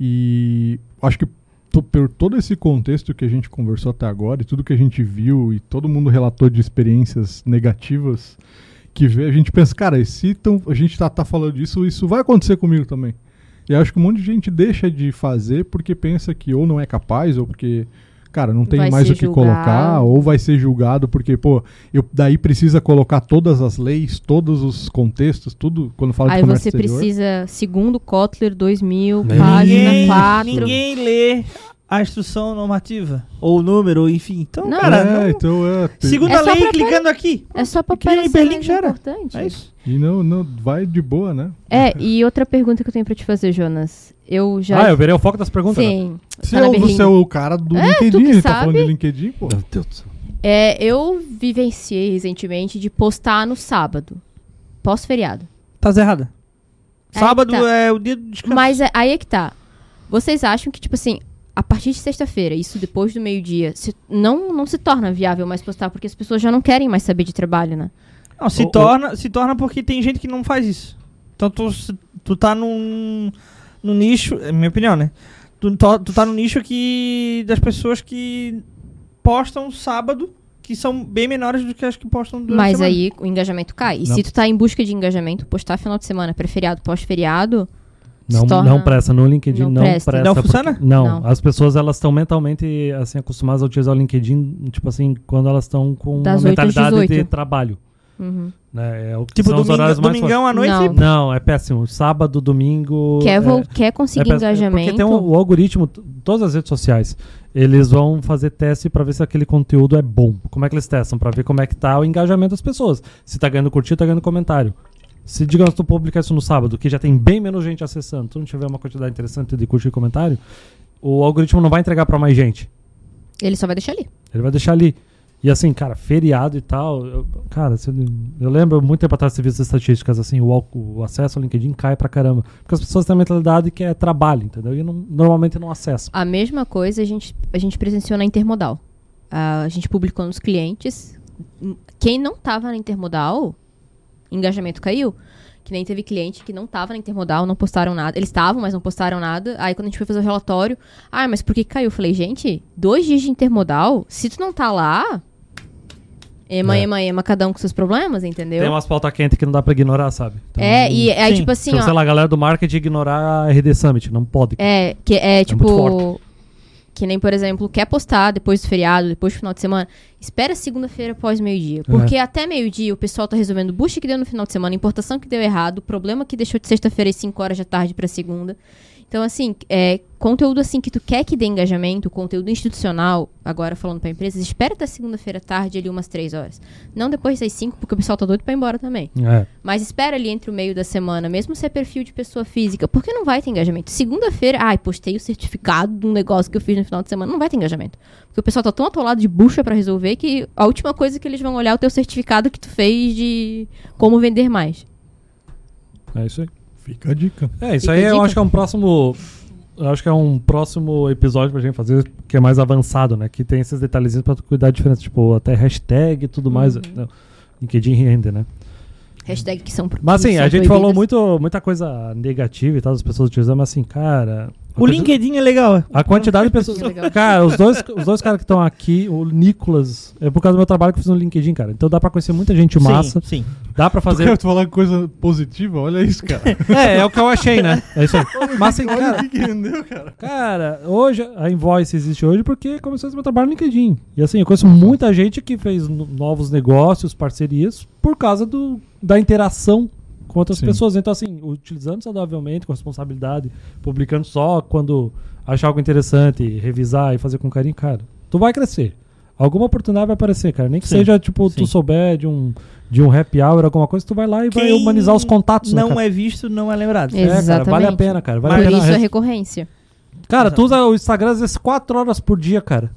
E acho que to- por todo esse contexto que a gente conversou até agora, e tudo que a gente viu, e todo mundo relatou de experiências negativas que vê, a gente pensa, cara, e se tão- a gente tá, tá falando disso, isso vai acontecer comigo também. E acho que um monte de gente deixa de fazer porque pensa que ou não é capaz, ou porque, cara, não tem Vai mais ser o que julgado. colocar, ou vai ser julgado porque, pô, eu, daí precisa colocar todas as leis, todos os contextos, tudo, quando fala de Aí comércio você exterior. precisa, segundo Kotler 2000, Meu página ninguém, 4. ninguém lê a instrução normativa. Ou o número, ou enfim. Então, Não. cara, é, não- então é. tem- Segunda É só lei, pra- clicando aqui. É só pra Aqui em parecer Berlim mais já era. importante. É isso. E não, não, vai de boa, né? Tá É, e outra pergunta que eu tenho pra te fazer, Jonas. Eu já... Ah, eu virei o foco das perguntas. né? Sim. tá Se na eu Berlim. você é o cara do tu que LinkedIn, ele tá sabe. falando de LinkedIn, pô. Meu Deus do céu. É, eu vivenciei recentemente de postar no sábado. Pós-feriado. Tá zerrada. Aí Sábado tá. é o dia do descanso. Mas é- aí é que tá. Vocês acham que, tipo assim, a partir de sexta-feira, isso depois do meio-dia, se- não, não se torna viável mais postar, porque as pessoas já não querem mais saber de trabalho, né? Não, se, O- o- torna, se torna porque tem gente que não faz isso. Então tu, se- tu tá num, num nicho, é minha opinião, né? Tu, to- tu tá num nicho que. das pessoas que postam sábado, que são bem menores do que as que postam durante a Mas semana. aí o engajamento cai. E Não. se tu tá em busca de engajamento, postar final de semana, pré-feriado, pós-feriado, Não, se torna- não presta, no LinkedIn não não, presta. presta. Não porque- funciona? Não, Não. as pessoas elas estão mentalmente assim acostumadas a utilizar o LinkedIn, tipo assim, quando elas estão com Das uma oito às mentalidade de 18. trabalho. Uhum. Né? É o que Tipo, são os domingo, horários mais domingão à noite. Não. fortes. Não, é péssimo. Sábado, domingo. quer, então? é- vol- quer é conseguir péssimo. engajamento. Porque tem um- o algoritmo, t- todas as redes sociais, eles vão fazer teste pra ver se aquele conteúdo é bom. Como é que eles testam? Pra ver como é que tá o engajamento das pessoas. Se tá ganhando curtida, tá ganhando comentário. Se, digamos, tu publicar isso no sábado, que já tem bem menos gente acessando, tu não tiver uma quantidade interessante de curtir e comentário, o algoritmo não vai entregar pra mais gente. Ele só vai deixar ali. Ele vai deixar ali. E assim, cara, feriado e tal. eu- cara, se- eu lembro muito tempo atrás de serviços estatísticas, assim, o, al- o acesso ao LinkedIn cai pra caramba. Porque as pessoas têm a mentalidade que é trabalho, entendeu? E não- normalmente não acessam. A mesma coisa a gente, a gente presenciou na Intermodal. Ah, a gente publicou nos clientes. Hum, Quem não tava na Intermodal, engajamento caiu. Que nem teve cliente que não tava na Intermodal, não postaram nada. Eles estavam, mas não postaram nada. Aí quando a gente foi fazer o relatório, ah, mas por que caiu? Eu falei, gente, dois dias de Intermodal, se tu não tá lá, ema, É. ema, ema, cada um com seus problemas, entendeu? Tem umas pautas quentes que não dá pra ignorar, sabe? Então, É, e aí Sim. tipo assim, tipo, ó. sei lá, a galera do marketing ignorar a RD Summit, não pode. É, que é muito tipo. forte. que nem, por exemplo, quer postar depois do feriado, depois do final de semana, espera segunda-feira após É. meio-dia. Porque até meio-dia o pessoal tá resolvendo bucha que deu no final de semana, importação que deu errado, problema que deixou de sexta-feira às 5 horas da tarde pra segunda. Então, assim, é, conteúdo assim que tu quer que dê engajamento, conteúdo institucional, agora falando pra empresas, espera até segunda-feira à tarde ali umas 3 horas. Não depois das 5, porque o pessoal tá doido pra ir embora também. É. Mas espera ali entre o meio da semana, mesmo se é perfil de pessoa física, porque não vai ter engajamento. Segunda-feira, ai, postei o certificado de um negócio que eu fiz no final de semana, não vai ter engajamento. Porque o pessoal tá tão atolado de bucha pra resolver que a última coisa que eles vão olhar é o teu certificado que tu fez de como vender mais. É isso aí. Fica a dica. É, isso Fica aí a eu dica. acho que é um próximo. eu acho que é um próximo episódio pra gente fazer que é mais avançado, né? Que tem esses detalhezinhos pra tu cuidar da diferença, tipo, até hashtag e tudo mais. Não, LinkedIn rende, né? Hashtag que são Mas que assim, são a gente falou proibidas. muito, muita coisa negativa e tal, as pessoas utilizando, mas assim, cara. a O quanti- LinkedIn é legal. A quantidade de pessoas. Legal. Cara, os dois, os dois caras que estão aqui, o Nicolas, é por causa do meu trabalho que eu fiz no LinkedIn, cara. Então dá pra conhecer muita gente massa, Sim, dá pra Fazer... fazer. Quero falar coisa positiva, olha isso, cara. É, é o que eu achei, né? É isso aí. Mas assim, cara, que rendeu, cara. cara, hoje a Invoice existe hoje porque começou esse meu trabalho no LinkedIn. E assim, eu conheço muita gente que fez no- novos negócios, parcerias, por causa do, da interação com outras Sim. pessoas. Então, assim, utilizando saudavelmente, com responsabilidade, publicando só quando achar algo interessante, revisar e fazer com carinho, cara, tu vai crescer. Alguma oportunidade vai aparecer, cara. Nem que Sim. seja, tipo, Sim. tu souber de um, de um happy hour, alguma coisa, tu vai lá e vai Quem humanizar os contatos, né, não cara? é visto, não é lembrado. É. cara, vale a Exatamente. pena, cara. Vale Por a pena. isso é recorrência. Cara, tu usa o Instagram às vezes 4 horas por dia, cara.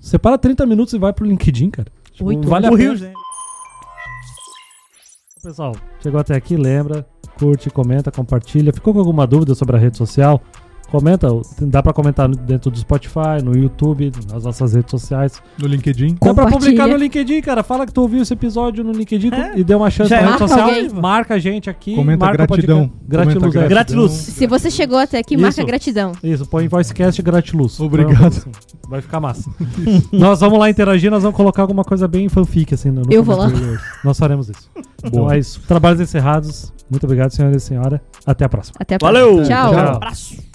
Separa 30 minutos e vai pro LinkedIn, cara. Tipo, Oito vale a o pena. Rios, né? Pessoal, chegou até aqui, lembra, curte, comenta, compartilha. Ficou com alguma dúvida sobre a rede social? Comenta, dá pra comentar dentro do Spotify, no YouTube, nas nossas redes sociais. No LinkedIn. Dá pra Compartilha. publicar no LinkedIn, cara. Fala que tu ouviu esse episódio no LinkedIn É. e deu uma chance Já na rede marca social. alguém. Marca a gente aqui. Comenta marca o gratidão. podcast. Gratiluz, Comenta é. Gratiluz. Se você chegou até aqui, marca Isso. gratidão. Isso, põe voicecast gratiluz. Obrigado. Põe uma coisa assim. Vai ficar massa. nós vamos lá interagir, nós vamos colocar alguma coisa bem fanfic, assim. No no Eu vou começo do vídeo. Nós faremos isso. Então é isso. Trabalhos encerrados. Muito obrigado, senhoras e senhora. Até a próxima. Até a Valeu! próxima. Tchau. Tchau. Abraço.